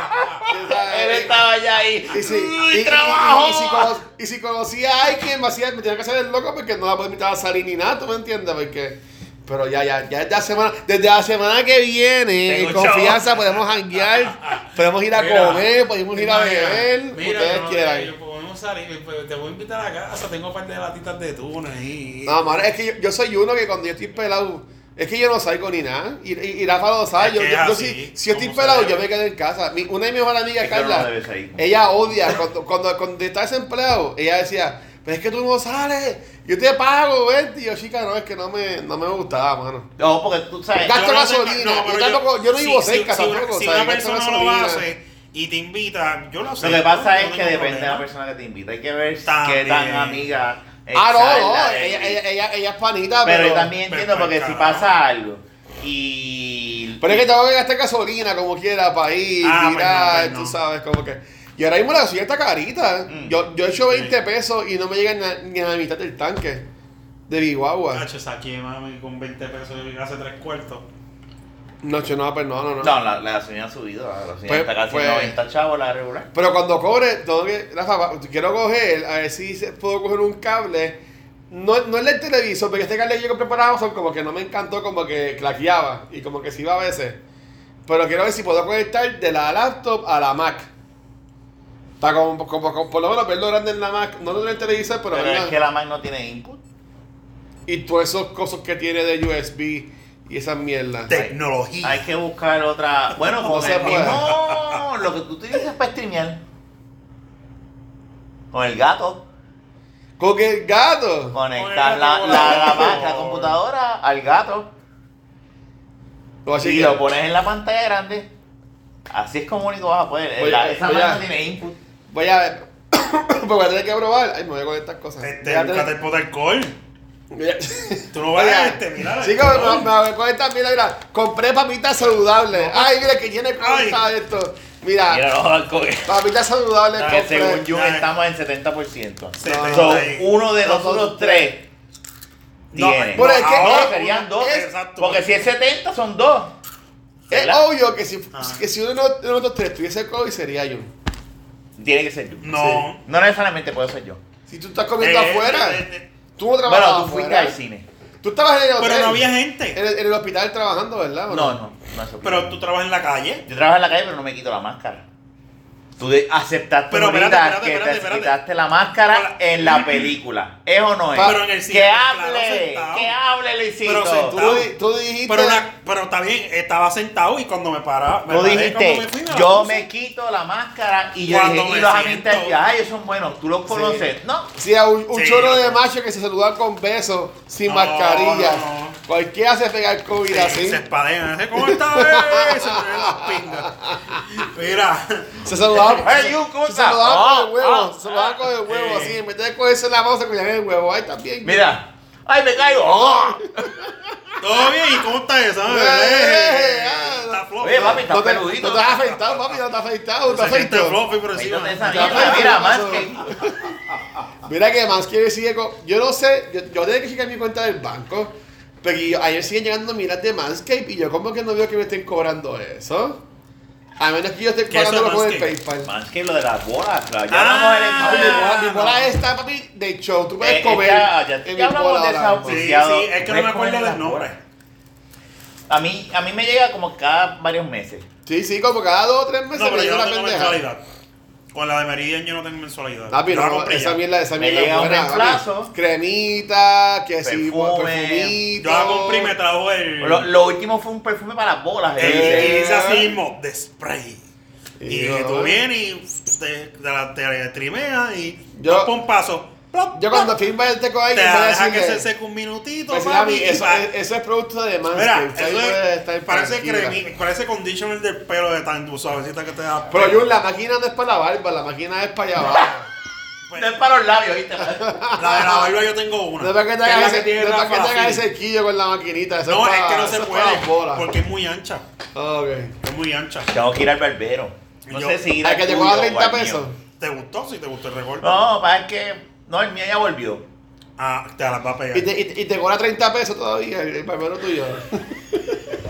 Speaker 3: tú sabes.
Speaker 1: Él estaba ya ahí.
Speaker 3: eh, Y si,
Speaker 1: ¡Uy,
Speaker 3: y- y-
Speaker 1: trabajo!
Speaker 3: y- y si cono- y si conocía a alguien, me, hacía, me tenía que hacer el loco porque no la podía invitar a salir ni nada, ¿tú me entiendes? Porque, pero ya, ya, ya desde la semana, desde la semana que viene,
Speaker 1: Tengo
Speaker 3: en confianza, podemos janguear, podemos ir a
Speaker 4: Mira,
Speaker 3: comer, podemos ir a beber,
Speaker 4: Mira,
Speaker 3: ustedes
Speaker 4: yo no-
Speaker 3: quieran.
Speaker 4: yo podemos salir, pues, te voy a invitar a casa, tengo un par de latitas de tuna ahí.
Speaker 3: No, mano, es que yo, yo soy uno que cuando yo estoy pelado, es que yo no salgo ni nada. Y, y, y Rafa lo sabe.
Speaker 2: Es
Speaker 3: Yo,
Speaker 2: que
Speaker 3: yo-
Speaker 2: es
Speaker 3: yo
Speaker 2: así,
Speaker 3: sí- si yo estoy
Speaker 2: como
Speaker 3: pelado,
Speaker 2: se
Speaker 3: yo
Speaker 2: debe.
Speaker 3: me quedo en casa. Mi- una de mis mejores amigas,
Speaker 1: Es que no
Speaker 3: Carla,
Speaker 1: lo debes ahí.
Speaker 3: ella odia. Cuando, cuando, cuando estás desempleado, ella decía, pero es que tú no sales, yo te pago, vente. Y yo, chica, no, es que no me, no me gustaba, mano.
Speaker 1: No, porque tú sabes.
Speaker 3: Gasto
Speaker 2: Yo no sé-
Speaker 3: gasolina,
Speaker 2: no, pero
Speaker 3: yo tampoco- yo no vivo cerca
Speaker 2: si, una-
Speaker 3: tampoco,
Speaker 2: Si
Speaker 3: o sea,
Speaker 2: una
Speaker 3: gasto
Speaker 2: persona no lo
Speaker 3: gasolina.
Speaker 2: hace y te invita, yo lo sé.
Speaker 1: Lo que pasa
Speaker 2: yo
Speaker 1: es que
Speaker 2: no tengo
Speaker 1: depende de la
Speaker 2: problema.
Speaker 1: persona que te invita. Hay que ver
Speaker 2: También.
Speaker 1: qué tan amiga es
Speaker 3: ah, no, no,
Speaker 1: Carla de
Speaker 3: ella,
Speaker 1: ti.
Speaker 3: ella, ella, ella es panita, pero.
Speaker 1: Pero yo también
Speaker 2: pero
Speaker 1: entiendo
Speaker 2: pa'l
Speaker 1: porque si
Speaker 2: carajo.
Speaker 1: pasa algo y.
Speaker 3: Pero es que tengo que gastar gasolina como quiera para ir,
Speaker 2: Ah, pues
Speaker 3: mirar,
Speaker 2: no, pues no.
Speaker 3: tú sabes, como que. Y ahora mismo la gasolina está carita. ¿eh?
Speaker 1: Mm.
Speaker 3: Yo, yo he hecho
Speaker 2: Sí.
Speaker 3: 20 pesos y no me llegan ni a la mitad del tanque de mi guagua.
Speaker 2: Cacho, saqué, mami, con 20 pesos y hace tres cuartos.
Speaker 3: No, yo no, pues no, no, no.
Speaker 1: No, la, la gasolina ha subido. La gasolina
Speaker 3: Pues-
Speaker 1: está casi
Speaker 3: pues-
Speaker 1: 90 chavos la regular.
Speaker 3: Pero cuando cobre, tengo que. Rafa, va- quiero coger, a ver si se- puedo coger un cable. No, no el del televisor, porque este cable que yo compré para Amazon como que no me encantó, como que claqueaba y como que se iba a veces. Pero quiero ver si puedo conectar de la laptop a la Mac. Para como, como- como- por lo menos verlo grande en la Mac, no lo en el televisor, pero,
Speaker 1: Pero,
Speaker 3: verlo-
Speaker 1: es que la Mac no tiene input.
Speaker 3: Y todas esas cosas que tiene de USB y esas mierdas.
Speaker 2: Tecnología.
Speaker 1: Hay que buscar otra. Bueno,
Speaker 3: No
Speaker 1: con
Speaker 3: se
Speaker 1: el
Speaker 3: puede.
Speaker 1: mismo. Lo que tú utilizas para streamear. Con el gato.
Speaker 3: Con el gato.
Speaker 1: Conectas la,
Speaker 2: gato
Speaker 1: la,
Speaker 2: con
Speaker 1: la,
Speaker 2: la-
Speaker 1: Mac, la computadora al gato.
Speaker 3: Lo voy a
Speaker 1: y
Speaker 3: chequear.
Speaker 1: lo pones en la pantalla grande. Así es como único vas a poder.
Speaker 3: Oye,
Speaker 1: La- esa
Speaker 3: oye.
Speaker 1: Mac no tiene input.
Speaker 3: Voy a ver. Porque voy a tener que probar. Ay, me voy a conectar cosas.
Speaker 2: Este,
Speaker 3: Voy a tener-
Speaker 2: búscate el protocol.
Speaker 3: voy a-
Speaker 2: Tú no vayas a este, mira.
Speaker 3: Chicos, me, me voy a conectar. Mira, mira. Compré papitas saludables. Ay, mira que tiene cosas
Speaker 2: Ay.
Speaker 3: esto. Mira,
Speaker 1: Mira, no, con-
Speaker 3: papitas saludables.
Speaker 2: Ah,
Speaker 1: que
Speaker 3: compré.
Speaker 1: según yo
Speaker 2: Dale.
Speaker 1: estamos en 70%.
Speaker 3: No.
Speaker 1: So, uno de
Speaker 3: No,
Speaker 1: nosotros
Speaker 3: no,
Speaker 1: tres
Speaker 2: No,
Speaker 1: tiene.
Speaker 3: Bueno, es que-
Speaker 1: Ahora
Speaker 3: es-
Speaker 1: serían dos.
Speaker 3: es-
Speaker 2: exacto.
Speaker 1: porque si es 70 son dos.
Speaker 3: Es
Speaker 1: ¿Verdad?
Speaker 3: obvio que si,
Speaker 2: Ah.
Speaker 3: que si uno de los- de nosotros tres tuviese COVID sería yo.
Speaker 1: Tiene que ser yo.
Speaker 2: No.
Speaker 1: Sí. No necesariamente puede ser yo.
Speaker 3: Si tú estás comiendo
Speaker 2: Eh,
Speaker 3: afuera,
Speaker 2: eh, eh,
Speaker 3: tú no trabajas
Speaker 1: Bueno, tú fuiste
Speaker 3: afuera.
Speaker 1: al cine.
Speaker 3: Tú estabas en el hotel.
Speaker 2: Pero no había gente.
Speaker 3: En el, en el hospital trabajando, ¿verdad? ¿O
Speaker 1: No, no, no es obligatorio.
Speaker 2: Pero tú trabajas en la calle.
Speaker 1: Yo trabajo en la calle, pero no me quito la máscara. Tú de- aceptaste
Speaker 2: Pero
Speaker 1: ahorita
Speaker 2: espérate, espérate,
Speaker 1: que
Speaker 2: espérate,
Speaker 1: te
Speaker 2: espérate.
Speaker 1: quitaste la máscara
Speaker 2: Hola.
Speaker 1: en la película. ¿Es o no es?
Speaker 2: Pero en el cine, pues,
Speaker 1: que
Speaker 2: claro,
Speaker 1: hable,
Speaker 2: sentado.
Speaker 1: que hable, Luisito.
Speaker 2: Pero sentado.
Speaker 3: Tú, di- tú dijiste.
Speaker 2: Pero, una- pero está bien, estaba sentado y cuando me paraba. me
Speaker 1: Tú
Speaker 2: paré,
Speaker 1: dijiste,
Speaker 2: cuando me fui, me la
Speaker 1: yo
Speaker 2: puse.
Speaker 1: me quito la máscara y yo
Speaker 2: Cuando
Speaker 1: dije,
Speaker 2: me
Speaker 1: y los
Speaker 2: siento.
Speaker 1: amistades, ay, ellos son buenos, tú los conoces. No,
Speaker 3: Sí, a un, un
Speaker 2: Sí,
Speaker 3: chorro
Speaker 2: yo-
Speaker 3: de machos que se saludan con besos, sin
Speaker 2: No,
Speaker 3: mascarilla.
Speaker 2: no, no.
Speaker 3: Cualquiera se pega el COVID
Speaker 2: Sí,
Speaker 3: así.
Speaker 2: Se
Speaker 3: Se,
Speaker 2: espadean. hace, ¿Cómo está? eh?" Se me ven las pingas. Mira.
Speaker 3: saludaban.
Speaker 1: Hey, you, ¿cómo
Speaker 3: se
Speaker 1: estás?
Speaker 3: saludaban
Speaker 1: Ah,
Speaker 3: con el huevo.
Speaker 1: ah,
Speaker 3: se saludaban con el huevo,
Speaker 2: eh.
Speaker 3: así. En vez de cogerse la mano, se cogían el huevo. Ay, también.
Speaker 1: mira, ay, me caigo. ¡Ah!
Speaker 2: ¿Todo bien? ¿Y cómo está eso?
Speaker 3: Eh, eh, eh, ah,
Speaker 2: Está flojo.
Speaker 1: Oye, papi,
Speaker 3: No
Speaker 1: estás
Speaker 3: te, no te
Speaker 1: peludito.
Speaker 3: has afeitado, papi, no te has afeitado, no te has
Speaker 2: Esa gente
Speaker 3: afeitado.
Speaker 2: floja y por encima.
Speaker 1: Quítate esa
Speaker 3: Ya,
Speaker 1: mierda,
Speaker 3: ya,
Speaker 1: mira,
Speaker 3: ya,
Speaker 1: más
Speaker 3: ya,
Speaker 1: que...
Speaker 3: Mira que más quiere decir con... Yo no sé, yo, yo tenía que checar mi cuenta del banco, pero yo- ayer siguen llegando miras de Manscape y yo como que no veo que me estén cobrando eso. A menos que yo esté
Speaker 2: ¿Qué es eso de
Speaker 3: pagando con el
Speaker 2: Manscaped?
Speaker 3: PayPal.
Speaker 1: Más que lo de las bolas, claro. Ya
Speaker 2: Ah,
Speaker 3: Ah, mi
Speaker 1: hablamos
Speaker 3: bola-
Speaker 1: del
Speaker 3: mi bola está, papi, de show. Tú puedes
Speaker 1: Eh,
Speaker 3: comer
Speaker 1: esta- ya- ya
Speaker 3: en mi
Speaker 1: hablamos
Speaker 3: bola
Speaker 1: de esa
Speaker 3: hablamos.
Speaker 2: Sí,
Speaker 1: Demasiado.
Speaker 2: sí, es que no me acuerdo del nombre.
Speaker 1: A mí, a mí me llega como cada varios meses.
Speaker 3: Sí, sí, como cada dos o tres meses
Speaker 2: No, pero
Speaker 3: me
Speaker 2: yo
Speaker 3: llega
Speaker 2: no
Speaker 3: una
Speaker 2: tengo
Speaker 3: pendeja.
Speaker 2: mensualidad. Con la de Meridian yo no tengo mensualidad.
Speaker 3: Papi,
Speaker 2: Yo
Speaker 3: no,
Speaker 2: la
Speaker 3: no,
Speaker 2: compré
Speaker 3: esa
Speaker 2: ya.
Speaker 3: mierda, esa
Speaker 1: Me
Speaker 3: mierda es
Speaker 1: llega un
Speaker 3: buena, papi.
Speaker 1: reemplazo.
Speaker 3: Cremita, que sí,
Speaker 1: Perfume.
Speaker 3: perfumito.
Speaker 2: Yo la compré y me trajo el...
Speaker 1: Lo, lo último fue un perfume para las bolas.
Speaker 2: el-
Speaker 1: eh.
Speaker 2: el- ese así mismo, de spray. Y
Speaker 3: Y-
Speaker 2: tú vienes y te, te la, te la trimeas y
Speaker 3: Yo-
Speaker 2: yo, un paso. plop,
Speaker 3: Yo
Speaker 2: plop,
Speaker 3: cuando firma el teco ahí,
Speaker 2: te
Speaker 3: yo
Speaker 2: la
Speaker 3: voy a
Speaker 2: deja que
Speaker 3: decirle-
Speaker 2: se seque un minutito,
Speaker 3: Pues sí,
Speaker 2: papi,
Speaker 3: Javi,
Speaker 2: y
Speaker 3: eso,
Speaker 2: va.
Speaker 3: es, eso es producto de más.
Speaker 2: Mira, eso es, parece, cremi, parece conditioner del pelo de tan suavecita que te da.
Speaker 3: Pero Jun, la máquina no es para la barba, la máquina es para allá abajo.
Speaker 1: No es para los labios, ¿viste?
Speaker 2: La Pues, de la barba yo tengo una.
Speaker 3: No es para que te
Speaker 2: es la
Speaker 3: hagas
Speaker 2: que
Speaker 3: ese,
Speaker 2: tiene
Speaker 3: no es para
Speaker 2: Rafa
Speaker 3: que te hagas
Speaker 2: Lafili.
Speaker 3: ese quillo con la maquinita. Eso
Speaker 2: No,
Speaker 3: es,
Speaker 2: es
Speaker 3: para,
Speaker 2: que no se
Speaker 3: eso es
Speaker 2: puede.
Speaker 3: para las bolas.
Speaker 2: Porque es muy ancha.
Speaker 3: Ok.
Speaker 2: Es muy ancha.
Speaker 1: Tengo que ir al barbero. No
Speaker 2: Yo-
Speaker 1: sé si ir
Speaker 3: ¿A
Speaker 1: al
Speaker 3: que te
Speaker 1: tuyo
Speaker 3: cobra
Speaker 1: o
Speaker 3: 30
Speaker 1: al mío.
Speaker 3: pesos?
Speaker 2: ¿Te gustó? Si te gustó el recorte.
Speaker 1: No, para que... No, el mío ya volvió.
Speaker 2: Ah, te las va a pegar.
Speaker 3: Y te, y, te- y te cobra 30 pesos todavía el, el barbero tuyo.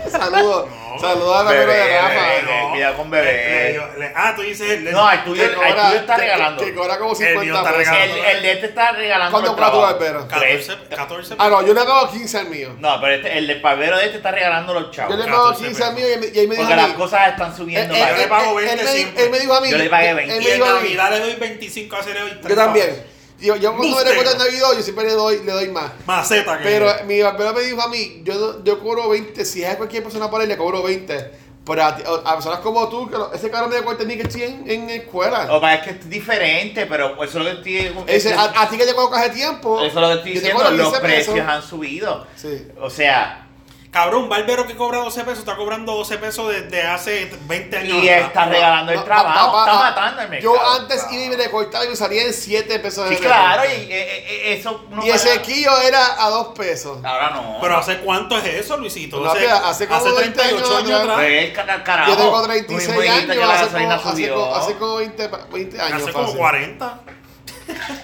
Speaker 3: Saludos.
Speaker 2: No.
Speaker 3: Saludos al barbero
Speaker 1: Bebé,
Speaker 3: de
Speaker 1: bebé,
Speaker 3: Rafa.
Speaker 1: bebé. cuidado con bebé.
Speaker 2: Le- le- le- ah, tú dices el.
Speaker 1: No, el tuyo,
Speaker 3: Te
Speaker 1: el tuyo está regalando.
Speaker 3: Te, te cobra como
Speaker 2: El mío
Speaker 3: 50
Speaker 2: está
Speaker 3: pesos.
Speaker 1: El,
Speaker 2: regalando.
Speaker 1: el de este está regalando
Speaker 3: ¿Cuánto
Speaker 1: el
Speaker 3: cobra tu
Speaker 1: trabajo.
Speaker 3: barbero?
Speaker 2: 14, 14
Speaker 3: Ah, no, yo le pago 15 al mío.
Speaker 1: No, pero este- el de barbero de este está regalando los
Speaker 3: Yo
Speaker 1: chavos.
Speaker 3: le pago
Speaker 2: 14
Speaker 3: 15 al mío
Speaker 2: pesos.
Speaker 3: y él me- y él me dijo.
Speaker 1: Porque
Speaker 3: a mí- Eh,
Speaker 1: las cosas están
Speaker 3: Él,
Speaker 1: subiendo.
Speaker 3: él-
Speaker 1: para
Speaker 2: yo le
Speaker 3: él-
Speaker 1: acá.
Speaker 2: pago
Speaker 3: él-
Speaker 2: 20
Speaker 3: él me, di-
Speaker 2: siempre.
Speaker 3: él me dijo a mí.
Speaker 1: Yo le pagué
Speaker 3: él-
Speaker 1: 20.
Speaker 3: Él
Speaker 2: Y
Speaker 3: me
Speaker 2: en
Speaker 3: dijo a mí.
Speaker 2: Navidad le doy 25 a Cereo y 30.
Speaker 3: Yo también. Yo, yo cuando me
Speaker 2: Bustero.
Speaker 3: recuerdo el Navidad, yo siempre le doy, le doy más.
Speaker 2: Maceta que.
Speaker 3: Pero
Speaker 1: Eh.
Speaker 3: mi barbero me dijo a mí, yo, no- yo cobro 20, si es cualquier persona por ahí, le cobro 20. Pero a, ti- a personas como tú, que lo- ese cabrón me cuenta ni que estoy en, en escuela.
Speaker 1: O para es que es diferente, pero eso es lo que estoy...
Speaker 3: Ese, a, a ti que te cobro hace tiempo.
Speaker 1: Eso es lo que estoy
Speaker 3: yo te
Speaker 1: diciendo,
Speaker 3: cobro
Speaker 1: los
Speaker 3: 15
Speaker 1: precios
Speaker 3: pesos.
Speaker 1: han subido.
Speaker 3: Sí.
Speaker 1: O sea,
Speaker 2: Cabrón, un barbero que cobra 12 pesos está cobrando 12 pesos desde hace 20 años.
Speaker 1: y
Speaker 2: atrás.
Speaker 1: está regalando el
Speaker 3: No,
Speaker 1: trabajo,
Speaker 3: papá,
Speaker 1: está
Speaker 3: ah,
Speaker 1: matando el mercado.
Speaker 3: Yo antes iba y me recortaba y me salía en 7 pesos
Speaker 1: Sí,
Speaker 3: de
Speaker 1: claro, y
Speaker 3: recorte.
Speaker 1: eh, eh, eso no
Speaker 3: Y ese
Speaker 1: paga-
Speaker 3: quillo era a 2 pesos.
Speaker 1: Ahora no.
Speaker 2: Pero ¿hace cuánto es eso, Luisito?
Speaker 3: Pero, papi, hace como 20 años atrás.
Speaker 1: Pero es Pues, ca- carajo.
Speaker 3: Yo tengo
Speaker 1: Tú mismo
Speaker 3: 36
Speaker 1: dijiste
Speaker 3: años,
Speaker 1: que la
Speaker 3: hace como,
Speaker 1: gasolina
Speaker 3: hace,
Speaker 1: subió.
Speaker 3: como, hace como 20, pa- 20 años.
Speaker 2: Hace como
Speaker 3: fácil.
Speaker 2: 40.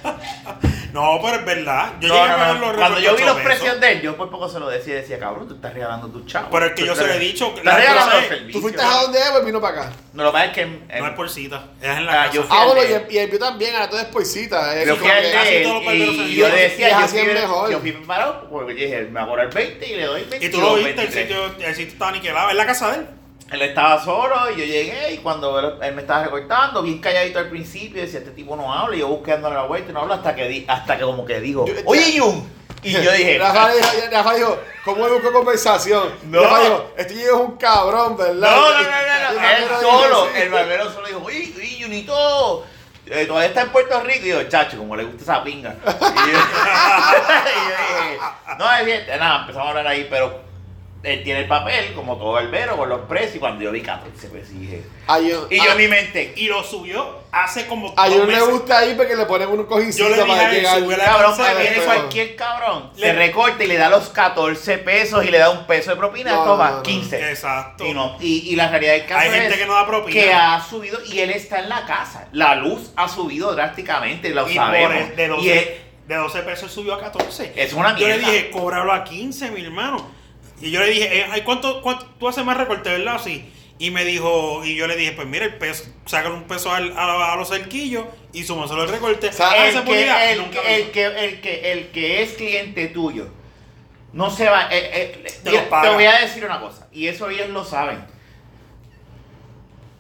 Speaker 2: no, pero es verdad. Yo
Speaker 1: No,
Speaker 2: llegué
Speaker 1: no,
Speaker 2: a
Speaker 1: no.
Speaker 2: pagar los
Speaker 1: Cuando yo vi los
Speaker 2: 8 pesos.
Speaker 1: precios de él, yo por poco se lo decía y decía, cabrón, tú estás regalando tus chavos.
Speaker 2: Pero es que
Speaker 1: Tú
Speaker 2: yo se
Speaker 1: estás-
Speaker 2: lo he dicho,
Speaker 1: Estás
Speaker 2: la
Speaker 1: regalando
Speaker 2: cosa
Speaker 1: los
Speaker 2: es,
Speaker 1: servicios.
Speaker 3: Tú fuiste a donde Evo y vino para acá.
Speaker 1: No, lo que pasa es que... en-
Speaker 2: No es por cita, es en
Speaker 1: eh, Ah,
Speaker 2: la
Speaker 1: yo
Speaker 2: casa.
Speaker 1: fui
Speaker 3: Ah,
Speaker 1: al
Speaker 3: bueno,
Speaker 1: de
Speaker 3: y
Speaker 1: él.
Speaker 3: el, y el mío también, ahora todo es por cita. Es
Speaker 1: Yo fui
Speaker 3: como
Speaker 1: al
Speaker 3: que-
Speaker 2: casi
Speaker 1: de él
Speaker 2: todos los barberos
Speaker 1: y
Speaker 2: son
Speaker 1: yo
Speaker 2: iguales.
Speaker 1: decía,
Speaker 3: Y
Speaker 1: yo
Speaker 3: así
Speaker 1: fui,
Speaker 3: es mejor.
Speaker 1: yo fui preparado porque yo dije, me acuerdo el 20 y le doy 20.
Speaker 2: Y tú lo viste, el sitio, el sitio estaba aniquilado, es la casa de él.
Speaker 1: Él estaba solo y yo llegué y cuando él, él me estaba recortando, bien calladito al principio, decía, este tipo no habla y yo buscándole la vuelta y no habla hasta que, di- hasta que como que dijo,
Speaker 3: Yo-
Speaker 1: oye Jun. Y yo dije,
Speaker 3: Rafa dijo, Rafa dijo, ¿cómo él buscó conversación?
Speaker 1: No.
Speaker 3: Rafa dijo, este niño es un cabrón,
Speaker 1: no,
Speaker 3: ¿verdad?
Speaker 1: no, no, no,
Speaker 3: Y- y
Speaker 1: no,
Speaker 3: Rafa
Speaker 1: él
Speaker 3: dijo,
Speaker 1: solo,
Speaker 3: sí.
Speaker 1: el barbero solo dijo, oye, oye Junito, eh, todavía está en Puerto Rico. Y yo, chacho, como le gusta esa pinga. Y yo, y yo dije, no, es bien, Eh, nada, empezamos a hablar ahí, pero él tiene el papel, como todo barbero, con los precios. Y cuando yo vi 14 pesos, dije,
Speaker 3: Ay, yo-
Speaker 1: y
Speaker 3: a-
Speaker 1: yo en mi mente,
Speaker 2: Ah, Y lo subió hace como
Speaker 3: A
Speaker 2: dos
Speaker 3: Jun le
Speaker 2: meses.
Speaker 3: gusta ahí porque le ponen un cojincito
Speaker 2: Yo le dije
Speaker 3: para
Speaker 2: a él,
Speaker 3: llegar.
Speaker 2: sube la-
Speaker 1: Cabrón,
Speaker 2: Entonces,
Speaker 1: pero viene
Speaker 3: pero-
Speaker 1: cualquier cabrón,
Speaker 2: Le-
Speaker 1: se recorta y le da los 14 pesos y le da un peso de propina,
Speaker 3: No,
Speaker 1: toma,
Speaker 3: no, no.
Speaker 1: 15.
Speaker 2: Exacto.
Speaker 1: Y, no, y, y la realidad del caso
Speaker 2: Hay
Speaker 1: es
Speaker 2: gente que no da propina.
Speaker 1: que ha subido y él está en la casa. La luz ha subido drásticamente, lo
Speaker 2: y
Speaker 1: sabemos.
Speaker 2: por el- de, 12,
Speaker 1: y es,
Speaker 2: de 12 pesos subió a 14.
Speaker 1: es una
Speaker 2: Yo le
Speaker 1: mierda.
Speaker 2: dije, cóbralo a 15, mi hermano. Y yo le dije, eh, ay, ¿cuánto, cuánto tú haces más recorte, verdad? Así. Y me dijo, y yo le dije, pues mira el peso, sácale un peso al- a, a los cerquillos y solo el recorte.
Speaker 3: sea,
Speaker 2: Ah,
Speaker 1: el,
Speaker 2: esa
Speaker 1: que,
Speaker 2: publicidad
Speaker 1: el,
Speaker 2: nunca
Speaker 1: que-
Speaker 2: me
Speaker 1: el
Speaker 2: hizo.
Speaker 1: que, el, que, el que es cliente tuyo no se va. eh, eh,
Speaker 2: Te
Speaker 1: mira,
Speaker 2: lo paga.
Speaker 1: te voy a decir una cosa, y eso ellos lo saben.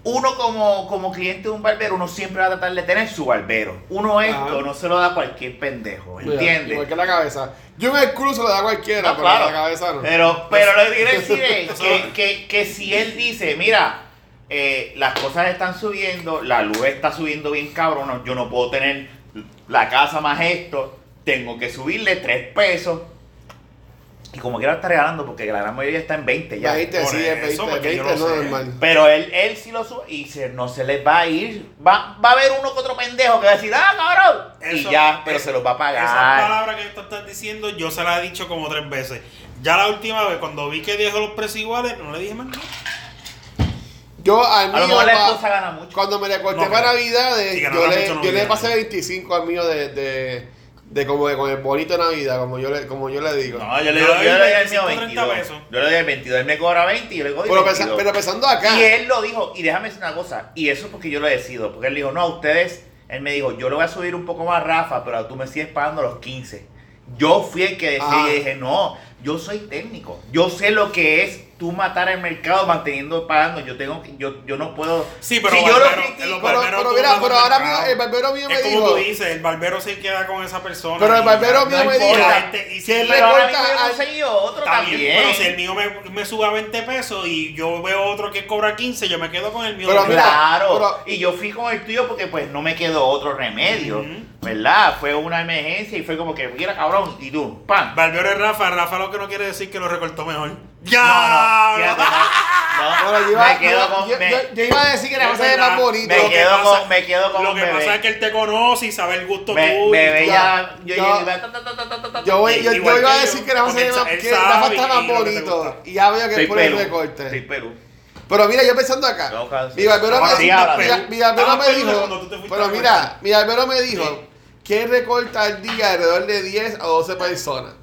Speaker 1: uno como, como cliente de un barbero, uno siempre va a tratar de tener su barbero. Uno esto
Speaker 3: Ajá.
Speaker 1: no se lo da a cualquier pendejo, ¿entiendes?
Speaker 3: Igual que la cabeza. Yo en el culo se lo da a cualquiera,
Speaker 1: No,
Speaker 3: pero
Speaker 1: claro.
Speaker 3: Ah,
Speaker 1: Pues,
Speaker 3: la cabeza no.
Speaker 1: Pero, pero lo que quiero decir es que, que- que si él dice, mira, eh, las cosas están subiendo, la luz está subiendo bien cabrón, no, yo no puedo tener la casa más esto, tengo que subirle tres pesos. Y como quiera está regalando, porque la gran mayoría está en 20 ya.
Speaker 3: 20,
Speaker 2: por
Speaker 3: sí,
Speaker 2: eso,
Speaker 3: es 20,
Speaker 2: porque
Speaker 3: 20
Speaker 2: yo
Speaker 3: no es
Speaker 2: lo sé.
Speaker 3: normal.
Speaker 1: Pero él, él sí lo sube y se, no se les va a ir. Va, va a haber uno que otro pendejo que va a decir, ah, cabrón.
Speaker 2: Eso-
Speaker 1: y ya, pero
Speaker 2: es-
Speaker 1: se los va a
Speaker 2: Esa
Speaker 1: pagar.
Speaker 2: palabra que tú estás diciendo, yo se la he dicho como tres veces. Ya la última vez, cuando vi que dejó los precios iguales, no le dije más nada.
Speaker 3: Yo al
Speaker 1: A lo
Speaker 3: mío,
Speaker 1: mejor la
Speaker 3: pa-
Speaker 1: esposa gana mucho.
Speaker 3: cuando me recorté
Speaker 2: No,
Speaker 3: para
Speaker 2: pero-
Speaker 3: Navidades,
Speaker 2: Sí, que no
Speaker 3: yo,
Speaker 2: lo has
Speaker 3: le,
Speaker 2: hecho, no
Speaker 3: yo le
Speaker 2: olvides.
Speaker 3: pasé 25 al mío de, de, de como de, con el bonito Navidad, como yo le, como yo le digo.
Speaker 1: No, yo le,
Speaker 2: Yo
Speaker 1: doy-
Speaker 2: le
Speaker 1: yo le doy
Speaker 2: doy
Speaker 1: el mío
Speaker 2: 25, 30
Speaker 1: 22.
Speaker 2: pesos.
Speaker 1: Yo le doy el 22. Él me cobra 20 y yo le cobro
Speaker 3: pero,
Speaker 1: 22.
Speaker 3: pensa- pero pensando acá,
Speaker 1: Y él lo dijo, y déjame decir una cosa, y eso es porque yo lo decido, porque él dijo, no, a ustedes, él me dijo, yo lo voy a subir un poco más, Rafa, pero tú me sigues pagando los 15. Yo fui el que decidí,
Speaker 3: Ah.
Speaker 1: y dije, no, yo soy técnico, yo sé lo que es tú matar el mercado manteniendo pagando, yo tengo que- yo, yo no puedo...
Speaker 2: Sí, pero
Speaker 1: si yo
Speaker 2: barbero-
Speaker 1: lo
Speaker 2: el
Speaker 1: critico,
Speaker 3: pero,
Speaker 2: barbero
Speaker 3: pero
Speaker 2: tú
Speaker 3: mira,
Speaker 2: no
Speaker 3: pero
Speaker 2: has
Speaker 3: ahora
Speaker 2: entrado.
Speaker 3: mío- el barbero mío
Speaker 2: Es
Speaker 3: me
Speaker 2: como
Speaker 3: dijo.
Speaker 2: tú dices, el barbero se queda con esa persona.
Speaker 3: Pero el
Speaker 2: y
Speaker 3: barbero
Speaker 2: ya,
Speaker 3: mío
Speaker 2: no
Speaker 3: me
Speaker 2: importa,
Speaker 3: dijo,
Speaker 2: este- y si
Speaker 3: que
Speaker 2: él
Speaker 3: le
Speaker 1: pero ahora
Speaker 3: corta
Speaker 1: mismo yo
Speaker 3: al-
Speaker 1: no conseguido otro
Speaker 2: Está
Speaker 1: también.
Speaker 2: bien, pero si el mío me, me sube a 20 pesos y yo veo otro que cobra 15, yo me quedo con el mío.
Speaker 3: Pero
Speaker 2: de
Speaker 3: mira,
Speaker 2: 20.
Speaker 1: Claro,
Speaker 3: pero-
Speaker 1: y yo fui con el tuyo porque pues no me quedó otro remedio,
Speaker 2: Ujú.
Speaker 1: ¿verdad? Fue una emergencia y fue como que, mira cabrón, y tú, ¡pam!
Speaker 2: Barbero es Rafa, Rafa lo que no quiere decir que lo recortó mejor.
Speaker 1: No,
Speaker 2: ¡Ya!
Speaker 1: no, fíjate, no, no,
Speaker 3: Bueno, yo iba,
Speaker 1: me quedo con...
Speaker 3: yo,
Speaker 1: me-
Speaker 3: yo- yo iba a decir que la cosa es
Speaker 2: Verdad,
Speaker 3: más bonito.
Speaker 1: me
Speaker 2: Lo que
Speaker 1: quedo
Speaker 2: pasa-
Speaker 1: con- me quedo con
Speaker 2: Lo
Speaker 1: un
Speaker 2: que
Speaker 1: bebé.
Speaker 2: pasa es que él te conoce y sabe el gusto
Speaker 1: me-
Speaker 2: tuyo.
Speaker 1: me veía-
Speaker 3: ya,
Speaker 1: yo
Speaker 3: ya.
Speaker 1: iba, ta, ta, ta, ta, ta, ta,
Speaker 3: Yo, voy- yo, yo
Speaker 2: Igual que
Speaker 3: iba a
Speaker 2: yo,
Speaker 3: decir que la cosa
Speaker 2: porque
Speaker 3: es
Speaker 2: él
Speaker 3: más,
Speaker 2: sa- él
Speaker 3: que la
Speaker 2: sabe
Speaker 3: cosa es más
Speaker 2: y lo que te
Speaker 3: bonito.
Speaker 2: gusta.
Speaker 3: Y ya veo que
Speaker 1: Soy
Speaker 3: es por el
Speaker 1: Perú,
Speaker 3: recorte.
Speaker 1: soy Perú.
Speaker 3: Pero mira, yo pensando acá.
Speaker 1: No, cabrón, sí.
Speaker 3: Mi barbero
Speaker 1: Ahora
Speaker 3: me,
Speaker 1: sí,
Speaker 3: mi-
Speaker 1: ahora
Speaker 3: mi-
Speaker 1: sí.
Speaker 3: mi barbero
Speaker 2: Estaba
Speaker 3: me
Speaker 2: perdido cuando tú te
Speaker 3: dijo.
Speaker 2: fuiste
Speaker 3: Pero
Speaker 2: a la
Speaker 3: mira,
Speaker 2: cuenta.
Speaker 3: mi barbero me dijo
Speaker 2: Sí.
Speaker 3: que él recorta al día alrededor de 10 a 12 personas.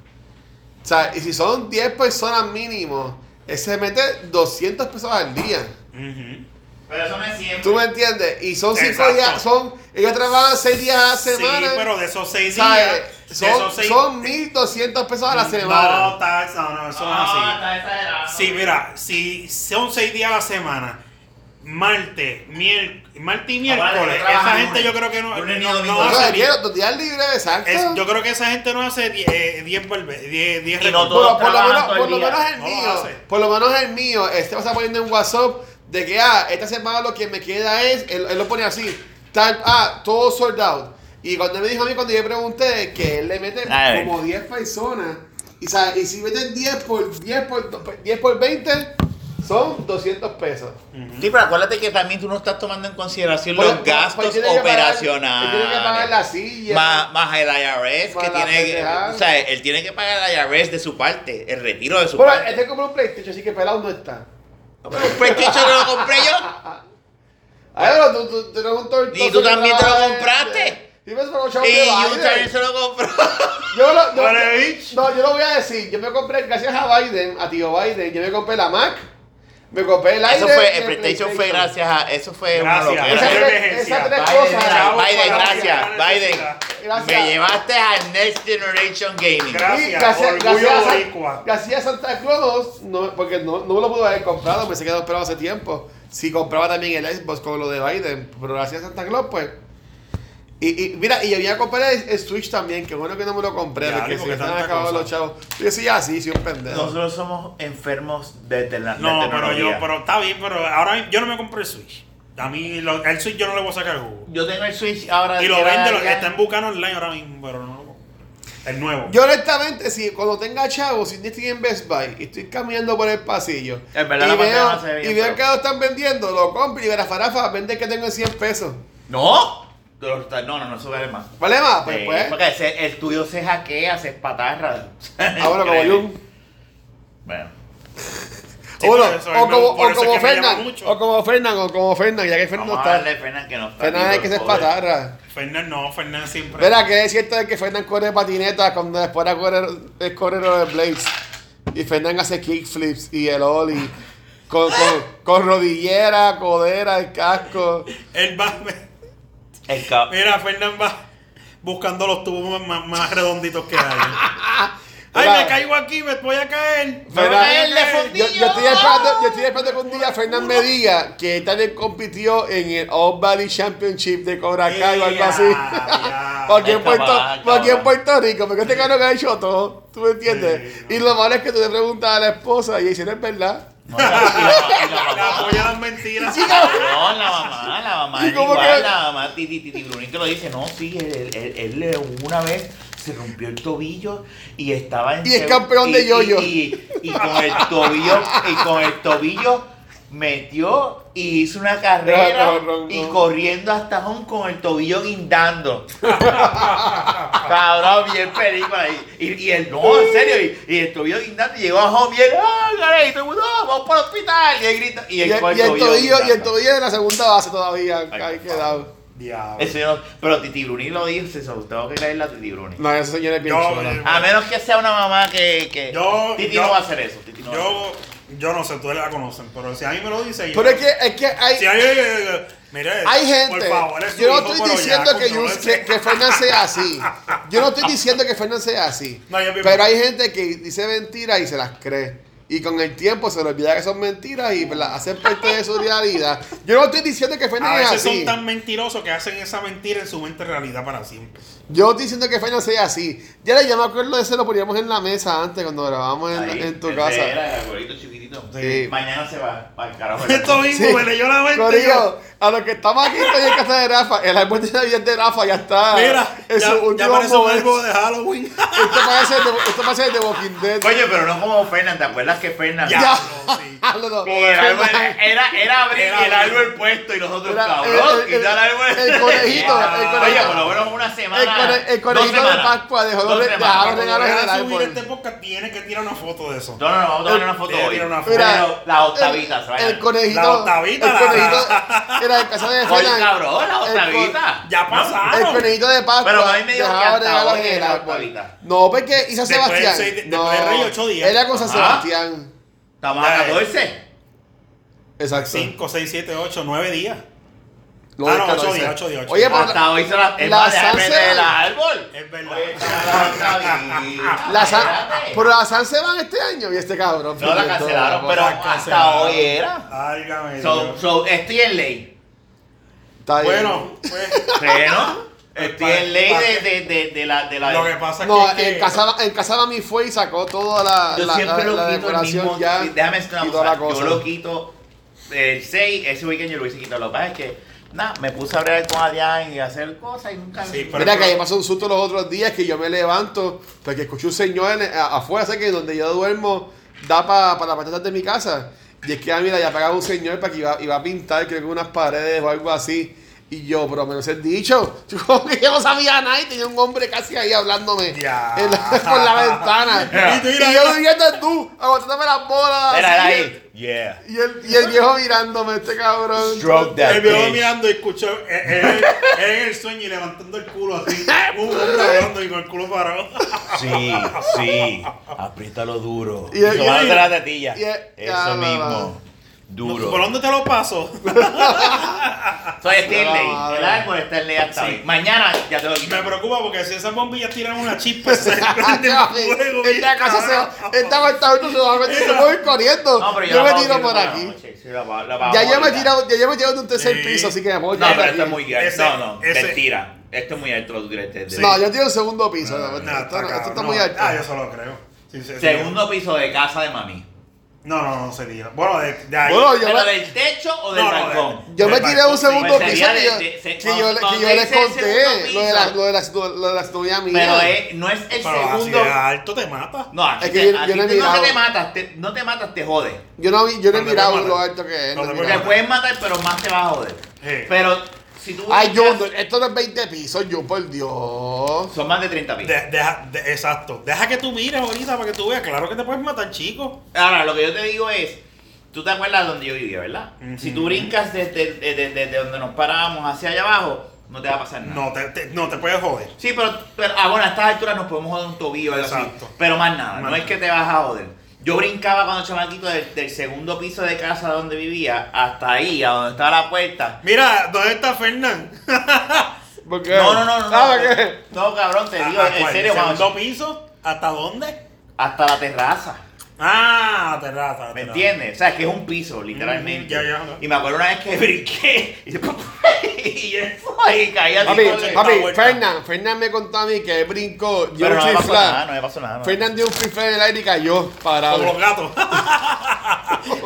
Speaker 3: O sea, y si son 10 personas mínimo, él se mete 200 pesos al día.
Speaker 2: Ujú.
Speaker 1: Pero eso no es siempre.
Speaker 3: ¿Tú me entiendes? Y son 5
Speaker 2: Exacto.
Speaker 3: días, son. Ellos trabajan 6 días a la semana.
Speaker 2: Sí, pero de esos seis días.
Speaker 3: ¿sabes?
Speaker 2: de
Speaker 3: Son,
Speaker 2: esos seis- Mm,
Speaker 3: son 1200 pesos a la
Speaker 2: No,
Speaker 3: semana.
Speaker 2: está- no, no, eso no es así. Sí, mira, si son seis días a la semana, martes, miel, martes y
Speaker 1: Ah, vale,
Speaker 2: miércoles,
Speaker 1: que trabajan
Speaker 2: esa gente
Speaker 1: lunes.
Speaker 2: yo creo que no,
Speaker 1: Lunes,
Speaker 2: no-
Speaker 1: domingo.
Speaker 2: no
Speaker 3: O sea,
Speaker 2: hace diez-
Speaker 3: quiero- los días libres, exacto.
Speaker 2: es- yo creo que esa gente no hace 10 barbe- diez- diez
Speaker 1: Y no
Speaker 2: recortes.
Speaker 1: todo-
Speaker 3: Pero por lo
Speaker 1: trabajan
Speaker 3: menos,
Speaker 1: todo el
Speaker 3: por lo
Speaker 1: día.
Speaker 3: menos el
Speaker 2: No lo
Speaker 3: mío,
Speaker 2: hace.
Speaker 3: por lo menos el mío, este va a estar poniendo en WhatsApp de que, ah, esta semana lo que me queda es, él, él lo pone así, tal, ah, todo sold out. Y cuando él me dijo a mí, cuando yo pregunté, que él le mete
Speaker 1: A ver.
Speaker 3: como 10 personas, y, sabe, y si meten 10 por, 10 por, do- 10 por 20, son 200 pesos.
Speaker 1: Sí, pero acuérdate que también tú no estás tomando en consideración
Speaker 3: Pues,
Speaker 1: Mm. los
Speaker 3: pues,
Speaker 1: gastos
Speaker 3: pues, tiene que pagar-
Speaker 1: operacionales.
Speaker 3: Tiene que pagar la silla.
Speaker 1: Más, más el IRS
Speaker 3: Más
Speaker 1: que
Speaker 3: la
Speaker 1: tiene que,
Speaker 3: pendejada.
Speaker 1: o sea, él tiene que pagar el IRS de su parte, el retiro de su
Speaker 3: bueno,
Speaker 1: parte.
Speaker 3: este compró un PlayStation, así que pelado no está.
Speaker 1: Pero el PlayStation lo compré yo.
Speaker 3: Ay, pero Ah, tú, tú, tú eres un tortón.
Speaker 1: Y tú también te lo
Speaker 3: Ay,
Speaker 1: compraste.
Speaker 3: Sí, pero con los chavos de
Speaker 1: Y
Speaker 3: Biden.
Speaker 1: Utah también se lo compró.
Speaker 3: Yo lo, yo-
Speaker 2: Vale, bitch.
Speaker 3: no, yo lo voy a decir. Yo me compré, gracias a Biden, a tío Biden, yo me compré la Mac, me compré el aire.
Speaker 1: Eso fue,
Speaker 3: y
Speaker 1: el PlayStation fue gracias a, eso fue
Speaker 2: Gracias.
Speaker 1: una
Speaker 2: Esa
Speaker 1: loquera.
Speaker 3: Esas
Speaker 2: Era
Speaker 3: tres,
Speaker 2: emergencia.
Speaker 3: esas tres
Speaker 1: Biden,
Speaker 3: cosas.
Speaker 1: mira,
Speaker 2: Chavo,
Speaker 1: Biden,
Speaker 2: para
Speaker 1: gracias,
Speaker 2: la
Speaker 1: Biden.
Speaker 2: necesidad.
Speaker 3: Gracias.
Speaker 1: Me llevaste al Next Generation Gaming.
Speaker 3: Y
Speaker 2: Gracias,
Speaker 3: gracias,
Speaker 2: orgullo
Speaker 3: gracias, a,
Speaker 2: boricua.
Speaker 3: San- gracias a Santa Claus, no, porque no, no me lo pudo haber comprado, pensé que lo esperaba hace tiempo. Si compraba también el Xbox con lo de Biden, pero gracias a Santa Claus, pues. Y, y mira, y yo había comprado el, el Switch también, que bueno que no me lo compré,
Speaker 2: Ya,
Speaker 3: porque
Speaker 2: porque
Speaker 3: se me están
Speaker 2: tanta
Speaker 3: acabando
Speaker 2: cosa.
Speaker 3: los chavos. Yo decía, ah, sí, soy un pendejo.
Speaker 1: Nosotros somos enfermos de, de la de
Speaker 2: No, pero yo,
Speaker 1: tecnología.
Speaker 2: pero está bien, pero ahora yo no me compré el Switch. A mí lo- el Switch yo no le voy a sacar jugo.
Speaker 1: Yo tengo el Switch ahora.
Speaker 2: Y lo
Speaker 1: era-
Speaker 2: vende, lo-
Speaker 1: ya-
Speaker 2: está en Bucano Online ahora mismo, pero no lo compro. El nuevo.
Speaker 3: Yo honestamente, si cuando tenga chavos, si yo estoy en Best Buy y estoy caminando por el pasillo
Speaker 1: Es verdad,
Speaker 3: y
Speaker 1: la
Speaker 3: veo,
Speaker 1: pantalla no se ve bien,
Speaker 3: y veo
Speaker 1: pero-
Speaker 3: que lo están vendiendo, lo compro y verás, Farafa, vende que tengo en 100 pesos.
Speaker 1: No. No, no, no, eso vale más.
Speaker 3: ¿Vale más? Pues,
Speaker 1: Sí,
Speaker 3: pues.
Speaker 1: Porque ese- el tuyo se hackea, se espatarra.
Speaker 3: Ahora Ah, como
Speaker 1: Increíble.
Speaker 3: yo.
Speaker 1: Bueno.
Speaker 3: o,
Speaker 2: Sí, por
Speaker 3: no,
Speaker 2: eso
Speaker 3: o
Speaker 2: él me-
Speaker 3: como,
Speaker 2: por
Speaker 3: o
Speaker 2: eso es
Speaker 3: como
Speaker 2: que me llama
Speaker 3: Fernan,
Speaker 2: mucho.
Speaker 3: o como Fernan, o como Fernan, ya que Fernan Pues no
Speaker 1: Vamos a darle
Speaker 3: está.
Speaker 1: a Fernan que no está.
Speaker 3: Fernan es
Speaker 1: aquí,
Speaker 3: que se
Speaker 1: joder.
Speaker 3: espatarra.
Speaker 2: Fernan no, Fernan siempre.
Speaker 3: Verá que es cierto de que Fernan corre patineta cuando después era correr, es correr los blades. Y Fernan hace kickflips y el ollie. Con, con, con rodillera, codera, el casco.
Speaker 2: Él va.
Speaker 1: El cab-
Speaker 2: Mira, Fernán va buscando los tubos más, más- más redonditos que hay. Ay,
Speaker 3: Hola.
Speaker 2: me caigo aquí, me voy a caer.
Speaker 1: Me voy a
Speaker 3: Mira,
Speaker 1: caer de
Speaker 3: Yo,
Speaker 1: fondillo.
Speaker 3: yo estoy esperando, yo estoy esperando que un día Fernán me diga que él también compitió en el All Valley Championship de Cobra Kai o algo así. Porque en,
Speaker 1: Ay,
Speaker 3: Puerto,
Speaker 1: cabrón,
Speaker 3: porque en
Speaker 1: cabrón.
Speaker 3: Puerto Rico, porque este caro que ha hecho todo, ¿tú me entiendes?
Speaker 4: Sí,
Speaker 3: y lo malo es que tú le preguntas a la esposa y ella dice, no es verdad.
Speaker 1: No, y la, y la- y la
Speaker 2: La
Speaker 1: mamá.
Speaker 2: polla las mentiras.
Speaker 1: No, la mamá, la mamá.
Speaker 3: ¿Y
Speaker 1: es
Speaker 3: cómo
Speaker 1: igual,
Speaker 3: que-
Speaker 1: La mamá, Titi, Titi Brunito lo dice. No, sí, él, él- él- él una vez se rompió el tobillo y estaba en.
Speaker 3: Y es campeón de
Speaker 1: y-
Speaker 3: yo-yo.
Speaker 1: Y, y con el tobillo, y con el tobillo metió y hizo una carrera
Speaker 3: No, no, no,
Speaker 1: y
Speaker 3: no.
Speaker 1: corriendo hasta home con el tobillo guindando. Cabrón, bien película. Y, y, y él, no, en serio. Y, y el tobillo guindando y llegó a home y él, ah, caray, y todo el mundo, "Ah, vamos para el hospital. Y él grita. Y
Speaker 3: Y
Speaker 1: el,
Speaker 3: el,
Speaker 1: con el
Speaker 3: y el tobillo, y el
Speaker 1: guindando.
Speaker 3: tobillo de la segunda base todavía,
Speaker 1: Ay,
Speaker 3: ahí
Speaker 1: papá.
Speaker 3: quedado.
Speaker 4: Diablo.
Speaker 1: Eso yo no- pero Titi Bruni lo dice, eso, tengo que caer la Titi Bruni.
Speaker 3: No, esa señora es bien
Speaker 4: Yo-
Speaker 3: chula.
Speaker 1: A menos que sea una mamá que. que
Speaker 4: Yo-
Speaker 1: Titi
Speaker 4: yo-
Speaker 1: no va a hacer eso. Titi no va a hacer eso.
Speaker 4: Yo, yo no sé, tú la conocen, pero si a mí me lo dice. yo-
Speaker 3: Pero es que, es que hay,
Speaker 4: Si hay, eh, mire,
Speaker 3: Hay
Speaker 4: Por
Speaker 3: gente.
Speaker 4: favor, es su
Speaker 3: Yo no
Speaker 4: hijo,
Speaker 3: estoy
Speaker 4: pero ya,
Speaker 3: diciendo que,
Speaker 4: contrólese.
Speaker 3: Yus- que, que Fernan sea así. Yo no estoy diciendo que Fernan sea así.
Speaker 4: No, yo-
Speaker 3: pero hay gente que dice mentiras y se las cree. Y con el tiempo se le olvida que son mentiras y pues, las hacen parte de su realidad. Yo no estoy diciendo que
Speaker 4: A
Speaker 3: Fernan es
Speaker 4: veces son
Speaker 3: así.
Speaker 4: tan mentirosos que hacen esa mentira en su mente realidad para siempre.
Speaker 3: Yo no estoy diciendo que Fernan sea así. Ya le llamaba acuerdo de eso, lo poníamos en la mesa antes cuando grabábamos en,
Speaker 1: Ahí,
Speaker 3: en tu
Speaker 1: ese
Speaker 3: casa.
Speaker 1: Era el arbolito chiquitito.
Speaker 3: Sí.
Speaker 1: Mañana se va para el carajo.
Speaker 2: Esto mismo
Speaker 3: Sí.
Speaker 2: me leyó la mente.
Speaker 3: Corillo, a los que estamos aquí estoy en casa de Rafa, el árbol de Navidad de Rafa ya está
Speaker 2: Mira,
Speaker 3: en
Speaker 2: ya,
Speaker 3: su
Speaker 2: ya
Speaker 3: último
Speaker 2: parece un
Speaker 3: momento.
Speaker 2: árbol de Halloween.
Speaker 3: Esto parece, de- esto parece de Walking Dead.
Speaker 1: Oye, pero no como Fernan, ¿te acuerdas que Fernan?
Speaker 2: Ya.
Speaker 3: Ya.
Speaker 2: Sí.
Speaker 3: Hablo, no.
Speaker 1: Porque el árbol
Speaker 3: Fernan-
Speaker 1: era, era abrir
Speaker 2: Era
Speaker 1: y el
Speaker 2: abrir.
Speaker 1: árbol puesto y nosotros,
Speaker 3: Era-
Speaker 1: cabrón,
Speaker 3: el- el-
Speaker 1: quitar Oh, el árbol.
Speaker 3: el conejito, el
Speaker 1: Oye,
Speaker 3: conejito.
Speaker 1: por lo menos una semana.
Speaker 3: El cone- el
Speaker 1: dos
Speaker 3: conejito de
Speaker 1: semanas,
Speaker 3: Pascua dejó
Speaker 1: dos
Speaker 3: los re-
Speaker 1: semanas.
Speaker 3: dejaron
Speaker 4: Cuando
Speaker 3: regalos en el
Speaker 4: vean subir
Speaker 3: árbol.
Speaker 4: este podcast, tiene que tirar una foto de eso.
Speaker 1: No, no, no, vamos a tomar
Speaker 3: El-
Speaker 1: una foto
Speaker 4: Debe
Speaker 1: hoy.
Speaker 4: tirar una foto.
Speaker 3: Mira,
Speaker 1: La octavita,
Speaker 3: el-
Speaker 1: se vayan.
Speaker 3: El conejito.
Speaker 4: La octavita,
Speaker 3: El
Speaker 4: la-
Speaker 3: conejito. Era en casa de
Speaker 1: Oye,
Speaker 3: Fernan.
Speaker 1: cabrón, la
Speaker 3: el
Speaker 1: octavita.
Speaker 4: Ya
Speaker 3: El
Speaker 4: pasaron.
Speaker 3: conejito de Pascua.
Speaker 1: Pero a mí me dijo que
Speaker 3: dejaba
Speaker 1: hasta
Speaker 3: regalos
Speaker 1: hoy
Speaker 3: en el
Speaker 1: era la
Speaker 3: árbol.
Speaker 1: octavita.
Speaker 3: pues. No, porque hizo
Speaker 4: Después del
Speaker 3: Sebastián.
Speaker 4: seis- después
Speaker 3: no,
Speaker 4: del rey, ocho días.
Speaker 3: Era con San
Speaker 1: Ajá.
Speaker 3: Sebastián.
Speaker 1: Estamos a
Speaker 4: Ya, eh.
Speaker 1: 14.
Speaker 3: Exacto.
Speaker 4: 5, 6, 7, 8, 9 días.
Speaker 3: No,
Speaker 4: Ah,
Speaker 3: del
Speaker 4: no, ocho
Speaker 3: 14.
Speaker 4: días, ocho días, ocho
Speaker 3: Oye,
Speaker 4: días.
Speaker 3: pero la-
Speaker 1: Hasta hoy se la. Es
Speaker 3: la
Speaker 1: más, déjame
Speaker 3: salsa-
Speaker 1: prender el árbol.
Speaker 4: Es verdad.
Speaker 1: Oye, la octavita,
Speaker 3: la San,
Speaker 1: Ah, espérate.
Speaker 3: pero la San se van este año y este cabrón.
Speaker 1: No la cancelaron, pero
Speaker 4: La
Speaker 1: hasta
Speaker 4: cancelaron.
Speaker 1: hoy era.
Speaker 4: Álgame.
Speaker 1: So, so, estoy en ley.
Speaker 3: Está bien.
Speaker 4: Bueno, pues.
Speaker 1: Bueno, estoy en ley de, de, de, de la. De la
Speaker 4: Lo que pasa es
Speaker 3: No,
Speaker 4: que- que.
Speaker 3: en casa, en casa mami fue y sacó toda la,
Speaker 1: yo
Speaker 3: la,
Speaker 1: siempre
Speaker 3: la-
Speaker 1: lo
Speaker 3: la
Speaker 1: quito el
Speaker 3: decoración
Speaker 1: mismo.
Speaker 3: ya.
Speaker 1: déjame decir una
Speaker 3: y toda
Speaker 1: cosa,
Speaker 3: la cosa.
Speaker 1: Yo lo quito el 6, ese weekend yo lo hice quitar. Lo que pasa es que, nada, me puse a hablar con Adrián y a hacer cosas y nunca.
Speaker 4: Sí, pero-
Speaker 3: Mira que ahí pasó un susto los otros días que yo me levanto porque escuché un señor en- a- afuera, sé que donde yo duermo da para la patata de mi casa. Y es que, ah, mira, ya pagaba un señor para que iba, iba a pintar, creo que unas paredes o algo así. Y yo, pero me lo he dicho. Yo, como que yo no sabía nada y tenía un hombre casi ahí hablándome
Speaker 4: Ya.
Speaker 3: en la- por la ventana.
Speaker 4: Y tú, mira,
Speaker 3: y yo viviendo tú, aguantándome las bolas.
Speaker 1: Era
Speaker 3: así,
Speaker 1: ahí. Yeah.
Speaker 3: Y el, y el viejo mirándome, este cabrón.
Speaker 1: Stroke that
Speaker 4: El viejo
Speaker 1: bitch.
Speaker 4: mirando y escuchó él, él- él en el sueño y levantando el culo así. Un hombre hablando y con el culo parado.
Speaker 1: Sí, sí. Apriétalo duro.
Speaker 3: Y- y-
Speaker 1: Tomándote
Speaker 3: y-
Speaker 1: la tetilla.
Speaker 3: y- ya,
Speaker 1: Eso
Speaker 3: la-
Speaker 1: mismo. Duro.
Speaker 2: ¿Por dónde te lo paso?
Speaker 1: Soy Stanley.
Speaker 3: Ah,
Speaker 1: El árbol está en ley hasta
Speaker 4: Sí.
Speaker 1: hoy. Mañana ya te lo quito.
Speaker 4: Me preocupa porque si esas bombillas tiran una chispa, se prende el fuego.
Speaker 3: Esta casa se va, esta apartamento se va a meter, yo me voy corriendo.
Speaker 1: No, pero
Speaker 3: yo
Speaker 1: la
Speaker 3: me
Speaker 1: pago
Speaker 3: tiro
Speaker 1: siempre
Speaker 3: por
Speaker 1: la
Speaker 3: aquí.
Speaker 1: noche. Sí, la pago- la pago
Speaker 3: Ya yo me he
Speaker 1: ahorita.
Speaker 3: tirado, ya yo me he tirado de un tercer
Speaker 4: Sí.
Speaker 3: piso, así que me voy
Speaker 1: No, pero
Speaker 3: de
Speaker 1: esto es
Speaker 3: aquí.
Speaker 1: muy alto.
Speaker 4: Ese-
Speaker 1: No, no.
Speaker 4: ese-
Speaker 1: Mentira. Esto es muy alto lo que tú quieres entender.
Speaker 3: No, yo tiro el segundo
Speaker 4: No,
Speaker 3: piso. no,
Speaker 4: no,
Speaker 3: esto, no-
Speaker 4: está
Speaker 3: esto está
Speaker 4: cabrón,
Speaker 3: muy
Speaker 4: no.
Speaker 3: alto.
Speaker 4: Ah, yo se lo creo. Sí, sí, sí.
Speaker 1: Segundo piso de casa de mami.
Speaker 4: No, no, no se tira. Bueno, de, de ahí.
Speaker 3: Bueno, yo
Speaker 1: ¿Pero
Speaker 3: me,
Speaker 1: del techo o del
Speaker 4: No, no,
Speaker 1: balcón?
Speaker 3: yo me
Speaker 4: del
Speaker 3: tiré un
Speaker 4: balcón, sí.
Speaker 3: segundo
Speaker 1: Pues
Speaker 3: piso
Speaker 1: sería
Speaker 3: que
Speaker 1: de-
Speaker 3: yo,
Speaker 1: de- se-
Speaker 3: que yo, le- que
Speaker 1: cuando
Speaker 3: yo les
Speaker 1: dice el segundo
Speaker 3: conté lo de la,
Speaker 1: piso.
Speaker 3: lo de la, situ- lo de la situación mía.
Speaker 1: Pero es- no es el
Speaker 4: Pero así
Speaker 1: segundo.
Speaker 4: de alto te mata.
Speaker 1: No, aquí
Speaker 3: Es que
Speaker 1: te-
Speaker 3: yo-
Speaker 1: a
Speaker 3: yo
Speaker 1: ti
Speaker 3: no he
Speaker 1: te- no
Speaker 3: mirado.
Speaker 1: te matas, te- no te matas, te jode.
Speaker 3: yo no, vi- yo no he
Speaker 4: No te
Speaker 3: mirado
Speaker 4: puedes
Speaker 3: lo
Speaker 4: matar.
Speaker 3: alto que es.
Speaker 4: No
Speaker 3: no he
Speaker 4: te
Speaker 1: Porque
Speaker 4: puedes
Speaker 3: mirado.
Speaker 1: puedes matar, pero más te vas a joder.
Speaker 4: Sí.
Speaker 1: Pero si tú.
Speaker 3: Ay, yo, esto no es 20 pisos, yo por Dios.
Speaker 1: Son más de 30 pies.
Speaker 4: De- deja- de- exacto. Deja que tú mires ahorita para que tú veas. Claro que te puedes matar, chico.
Speaker 1: Ahora, lo que yo te digo es, tú te acuerdas donde yo vivía, ¿verdad?
Speaker 4: Ujú.
Speaker 1: Si tú brincas desde, desde- desde donde nos parábamos hacia allá abajo, no te va a pasar nada.
Speaker 4: No, te, te- no te puedes joder.
Speaker 1: Sí, pero, pero ah, bueno, a estas alturas nos podemos joder un tobillo o algo así.
Speaker 4: Exacto.
Speaker 1: Pero más nada, no
Speaker 4: Más
Speaker 1: es que te vas a joder. Yo brincaba cuando chamaquito del, del segundo piso de casa donde vivía hasta ahí, a donde estaba la puerta.
Speaker 4: Mira, ¿dónde está Fernán?
Speaker 3: ¿Por qué?
Speaker 1: No, no, no, no.
Speaker 3: ¿Sabes
Speaker 1: no,
Speaker 3: qué?
Speaker 1: no, cabrón, te digo,
Speaker 4: Ajá,
Speaker 1: en
Speaker 4: Ah, ¿cuál?
Speaker 1: serio,
Speaker 4: ¿El
Speaker 1: cuando,
Speaker 4: segundo piso? ¿Hasta dónde?
Speaker 1: hasta la terraza.
Speaker 2: Ah, terraza.
Speaker 1: ¿Me
Speaker 2: terraza.
Speaker 1: entiendes? O sea, es que es un piso, literalmente.
Speaker 2: Mm, ya, ya.
Speaker 1: Y me acuerdo una vez que brinqué y, y eso ahí caía así
Speaker 3: Papi,
Speaker 1: con la-
Speaker 3: papi,
Speaker 2: vuelta.
Speaker 3: Fernán, Fernán me contó a mí que él brincó, dio
Speaker 1: Pero
Speaker 3: un
Speaker 1: no me
Speaker 3: free
Speaker 1: pasó nada,
Speaker 3: flag.
Speaker 1: no me pasó nada. no.
Speaker 3: Fernán dio un free flag en el aire y cayó
Speaker 2: Como
Speaker 3: parado.
Speaker 2: los gatos.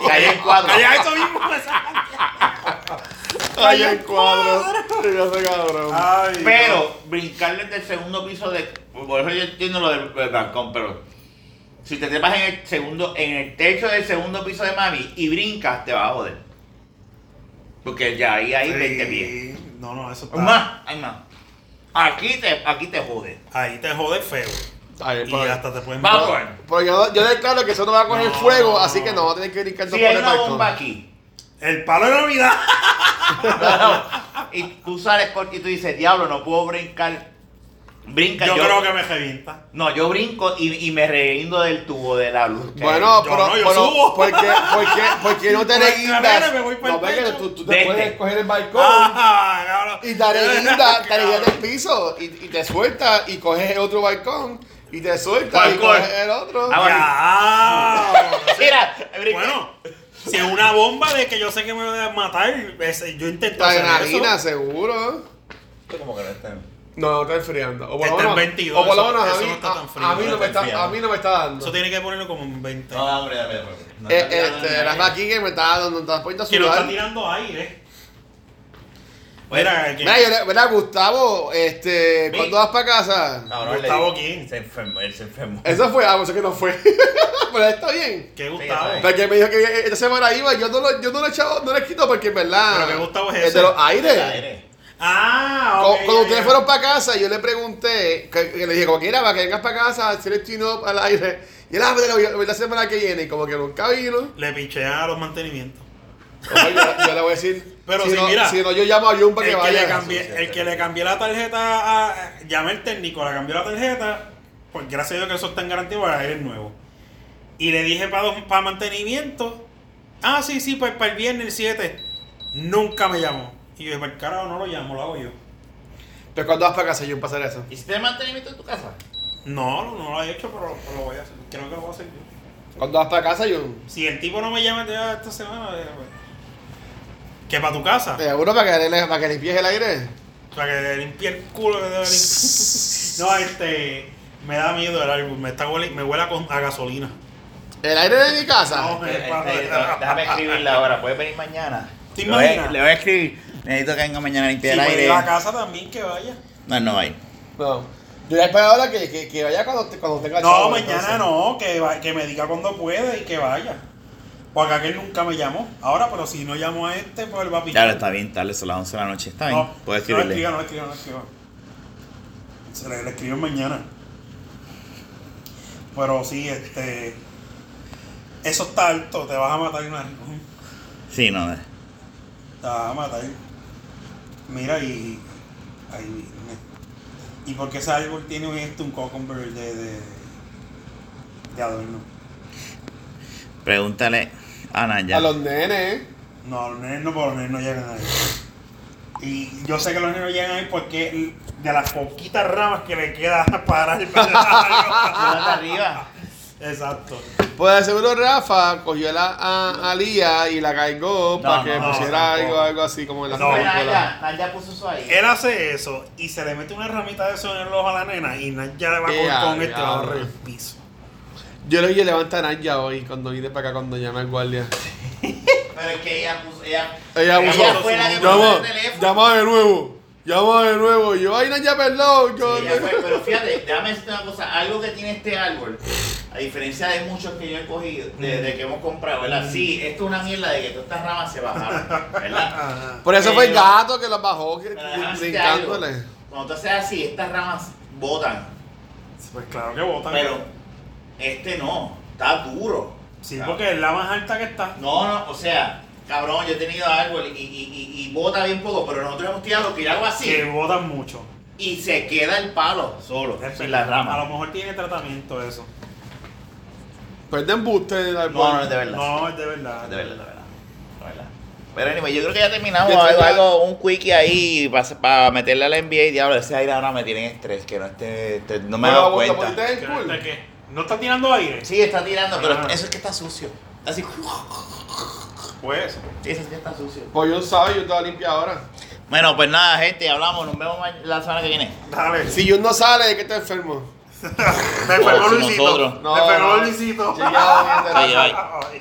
Speaker 1: Caí en cuadro.
Speaker 2: Allá eso mismo.
Speaker 3: Cayó en cuadro. Yo soy cabrón.
Speaker 2: Ay,
Speaker 1: Pero brincar desde el segundo piso de. Por eso yo entiendo lo del, del balcón, pero. Si te trepas en el segundo, en el techo del segundo piso de mami y brincas, te vas a joder. Porque ya ahí hay 20 pies.
Speaker 2: Sí. No, no, eso está.
Speaker 1: Más, hay más. Aquí te, aquí te jode.
Speaker 2: Ahí te jode feo.
Speaker 3: Está bien,
Speaker 2: Y
Speaker 3: pero-
Speaker 2: hasta te pueden
Speaker 1: Vamos.
Speaker 3: Pero yo, yo declaro que eso no va a coger
Speaker 2: No.
Speaker 3: fuego, así que no va a tener que brincar
Speaker 1: Si hay una
Speaker 3: balcón.
Speaker 1: bomba aquí
Speaker 2: El palo de Navidad.
Speaker 1: y tú sales corto y tú dices, diablo, no puedo brincar. Brinca
Speaker 2: Yo creo que me revienta.
Speaker 1: No, yo brinco y, y me reindo del tubo de la luz. que hay.
Speaker 3: Bueno,
Speaker 2: Yo
Speaker 3: pero,
Speaker 2: no, yo
Speaker 3: pero
Speaker 2: subo.
Speaker 3: ¿por qué, por qué, por qué no te
Speaker 2: Por la
Speaker 3: reguindas?
Speaker 2: escalera me voy pa'l
Speaker 3: No, porque
Speaker 2: techo.
Speaker 3: tú, tú te
Speaker 1: Desde.
Speaker 3: puedes coger el balcón
Speaker 2: Ah, cabrón.
Speaker 3: y te reguindas, te reguindas del piso y, y te sueltas y coges otro balcón y te sueltas y
Speaker 1: Balcón.
Speaker 3: coges el otro.
Speaker 1: Ah,
Speaker 2: Ya.
Speaker 4: Ah,
Speaker 1: Mira, brinqué.
Speaker 2: Bueno, si es una bomba de que yo sé que me voy a matar, es- yo intento
Speaker 3: La
Speaker 2: hacer
Speaker 3: adrenalina,
Speaker 2: eso.
Speaker 3: seguro.
Speaker 1: Como que no está bien.
Speaker 3: No, no está enfriando. O por lo
Speaker 2: Está en
Speaker 3: menos,
Speaker 2: 22,
Speaker 3: o por lo
Speaker 2: eso-
Speaker 3: menos a
Speaker 2: eso
Speaker 3: mí,
Speaker 2: no está
Speaker 3: a-
Speaker 2: tan frío,
Speaker 3: a, mí
Speaker 2: no
Speaker 3: no me
Speaker 2: está
Speaker 3: está, a
Speaker 2: enfriado.
Speaker 3: mí no me está dando.
Speaker 2: Eso tiene que ponerlo como en 20.
Speaker 1: hombre, dame, dame. pues. No,
Speaker 3: Eh,
Speaker 1: dame, dame,
Speaker 3: este, la
Speaker 1: dame.
Speaker 3: Raquín que me está dando, me está poniendo a
Speaker 2: que lo
Speaker 3: sudar.
Speaker 2: está tirando aire.
Speaker 1: Bueno,
Speaker 2: Mira, que-
Speaker 3: Mira, yo le- mira, Gustavo, este,
Speaker 1: Mi-
Speaker 3: ¿cuándo vas para casa?
Speaker 1: Cabrón, le
Speaker 2: Gustavo,
Speaker 1: digo,
Speaker 2: ¿quién?
Speaker 1: Se enfermó, él se enfermó.
Speaker 3: Eso fue, ah, pues es que no fue. Pero está bien.
Speaker 2: que
Speaker 1: Sí,
Speaker 2: Gustavo.
Speaker 1: está
Speaker 3: Porque me dijo que esta semana iba, yo no lo, yo no lo he echado, no lo he quitado porque en verdad.
Speaker 2: Pero que Gustavo es ese.
Speaker 3: de los aires.
Speaker 1: Aire.
Speaker 2: Ah,
Speaker 3: Co-
Speaker 2: ok.
Speaker 3: Cuando
Speaker 2: ya,
Speaker 3: ustedes
Speaker 2: ya.
Speaker 3: fueron para casa, yo le pregunté, que, que le dije, como quiera, para que vengas para casa, hacer el tune-up al aire. Y él, ah, pero yo- la semana que viene, y como que nunca vino.
Speaker 2: Le piché a los mantenimientos.
Speaker 3: Oye, yo, yo le voy a decir,
Speaker 2: Pero
Speaker 3: si,
Speaker 2: si
Speaker 3: no,
Speaker 2: mira,
Speaker 3: si no, yo llamo a Jun para que
Speaker 2: el que,
Speaker 3: vaya.
Speaker 2: le cambié,
Speaker 1: sí,
Speaker 2: el
Speaker 1: sí.
Speaker 2: que le cambié la tarjeta a. Llamé al técnico, le cambió la tarjeta. Pues gracias a Dios que eso está en garantía para el nuevo. Y le dije para, dos- para mantenimiento. Ah, sí, sí, pues para el viernes el 7. Nunca me llamó. Y yo dije, para el carajo no lo llamo, lo hago yo.
Speaker 3: Pero cuando vas para casa, Jun, pasar eso.
Speaker 1: ¿Hiciste el mantenimiento en tu casa?
Speaker 2: No, no, no lo he hecho, pero, pero lo voy a hacer. Creo que lo voy a hacer yo.
Speaker 3: Cuando vas para casa, Jun.
Speaker 2: Si el tipo no me llama ya esta semana, eh, pues, que para tu casa.
Speaker 3: ¿Te seguro para Eh, que, le- para que limpies el aire?
Speaker 2: Para que limpie el culo que debe limpiar. No, este. Me da miedo el árbol. Me, está huele, me huele a, con- a gasolina.
Speaker 3: ¿El aire de mi casa?
Speaker 2: No.
Speaker 1: Este, este, déjame escribirla ahora, puedes venir mañana.
Speaker 2: ¿Te
Speaker 1: Le voy a-
Speaker 2: imaginas? pues,
Speaker 1: Le voy a escribir. Necesito que venga mañana a
Speaker 2: Si
Speaker 1: limpiar el
Speaker 2: puede
Speaker 1: aire.
Speaker 2: ir a casa también, que vaya.
Speaker 1: No, no hay.
Speaker 3: No. Yo ya espero ahora que, que, que vaya cuando, te- cuando
Speaker 1: Pues,
Speaker 3: tenga
Speaker 2: No,
Speaker 3: chavo,
Speaker 2: mañana
Speaker 3: entonces.
Speaker 2: no. Que, va- que me diga cuando puede y que vaya. Porque aquel nunca me llamó. Ahora, pero si no llamo a este, pues él va a pichar.
Speaker 1: Claro, está bien, tarde, son las 11 de la noche. Está bien,
Speaker 2: No,
Speaker 1: puedes
Speaker 2: no le
Speaker 1: escribirle.
Speaker 2: escriban, no le escriban, no le escriban. Se le, le escriben mañana. Pero sí, este. Eso está alto, te vas a matar una
Speaker 1: sí, no. eh.
Speaker 2: Te vas a matar. Mira y. Ahí viene. ¿Y por qué ese árbol tiene un, este, un cucumber de, de. de adorno?
Speaker 1: Pregúntale a Naya.
Speaker 3: A los nenes.
Speaker 2: No, los nenes no, porque los nenes no llegan ahí. Y yo sé que los nenes no llegan ahí porque de las poquitas ramas que le queda para el
Speaker 1: Súbete ah, arriba.
Speaker 2: Exacto.
Speaker 3: Pues seguro Rafa cogió la, a, a Lía y la cargó para
Speaker 1: No,
Speaker 3: que
Speaker 2: no,
Speaker 3: pusiera
Speaker 2: tampoco.
Speaker 3: algo, algo así como en la
Speaker 2: No.
Speaker 1: Fue
Speaker 3: película.
Speaker 1: Naya, Naya puso eso ahí.
Speaker 2: Él hace eso y se le mete una ramita de eso en el ojo a la nena y na- ya le va
Speaker 3: Ea,
Speaker 2: con, con este
Speaker 3: diablo.
Speaker 2: va a barrer el piso.
Speaker 3: Yo le dije levanta a Naya hoy cuando vine para acá cuando llamé al guardia.
Speaker 1: Pero es que ella puso. Ella,
Speaker 3: Ella abusó.
Speaker 1: Ella fue la que puso
Speaker 3: Llama,
Speaker 1: el teléfono.
Speaker 3: llama de nuevo. Llama de nuevo. Y yo, ay Naya, perdón. Yo,
Speaker 1: Sí, ya fue, pero fíjate, déjame decirte una cosa, algo que tiene este árbol, a diferencia de muchos que yo he cogido, de, de que hemos comprado, ¿verdad? Sí, esto es una mierda de que todas estas ramas se bajaron, ¿verdad?
Speaker 2: Ajá.
Speaker 3: Por eso fue el
Speaker 1: Pero-
Speaker 3: gato que la bajó que-
Speaker 1: Pero déjame decirte
Speaker 3: brincándole.
Speaker 1: algo, Cuando tú haces así, estas ramas botan,
Speaker 2: Pues claro que vota.
Speaker 1: pero este no, está duro.
Speaker 2: sí, porque es la más alta que está.
Speaker 1: No, no, o sea, cabrón, yo he tenido árbol y, y, y, y bota bien poco, pero nosotros hemos tirado que yo hago así
Speaker 2: Que votan mucho.
Speaker 1: y se queda el palo solo, sin las
Speaker 2: A lo
Speaker 1: ramas.
Speaker 2: mejor tiene tratamiento eso.
Speaker 3: Perden buste.
Speaker 1: No, no, es de verdad.
Speaker 2: No, es
Speaker 1: De
Speaker 2: de verdad.
Speaker 1: verdad, de verdad. De verdad. Pero anyway, yo creo que ya terminamos.
Speaker 3: Ya
Speaker 1: algo,
Speaker 3: está.
Speaker 1: algo- un quickie ahí para meterle al NBA. Diablo, ese aire ahora me tiene estrés, que no esté, este- no me he dado cuenta.
Speaker 2: ¿Qué? ¿No está tirando aire?
Speaker 1: Sí, está tirando, pero
Speaker 2: Ah.
Speaker 1: eso es que está sucio. Así.
Speaker 2: Pues.
Speaker 1: Eso es que está sucio.
Speaker 3: Pues yo sabe, yo estaba limpia ahora.
Speaker 1: Bueno, pues nada, gente, hablamos. Nos vemos ma- la semana que viene.
Speaker 2: Dale.
Speaker 3: Si yo no sale, ¿de qué está enfermo?
Speaker 2: Me enfermó
Speaker 1: Oh, si
Speaker 2: Luisito.
Speaker 1: nosotros.
Speaker 2: Me enfermó
Speaker 3: no.
Speaker 2: Luisito. Ah,
Speaker 3: Chequeado, bien, de la-
Speaker 1: Oye, bye.
Speaker 2: Ay.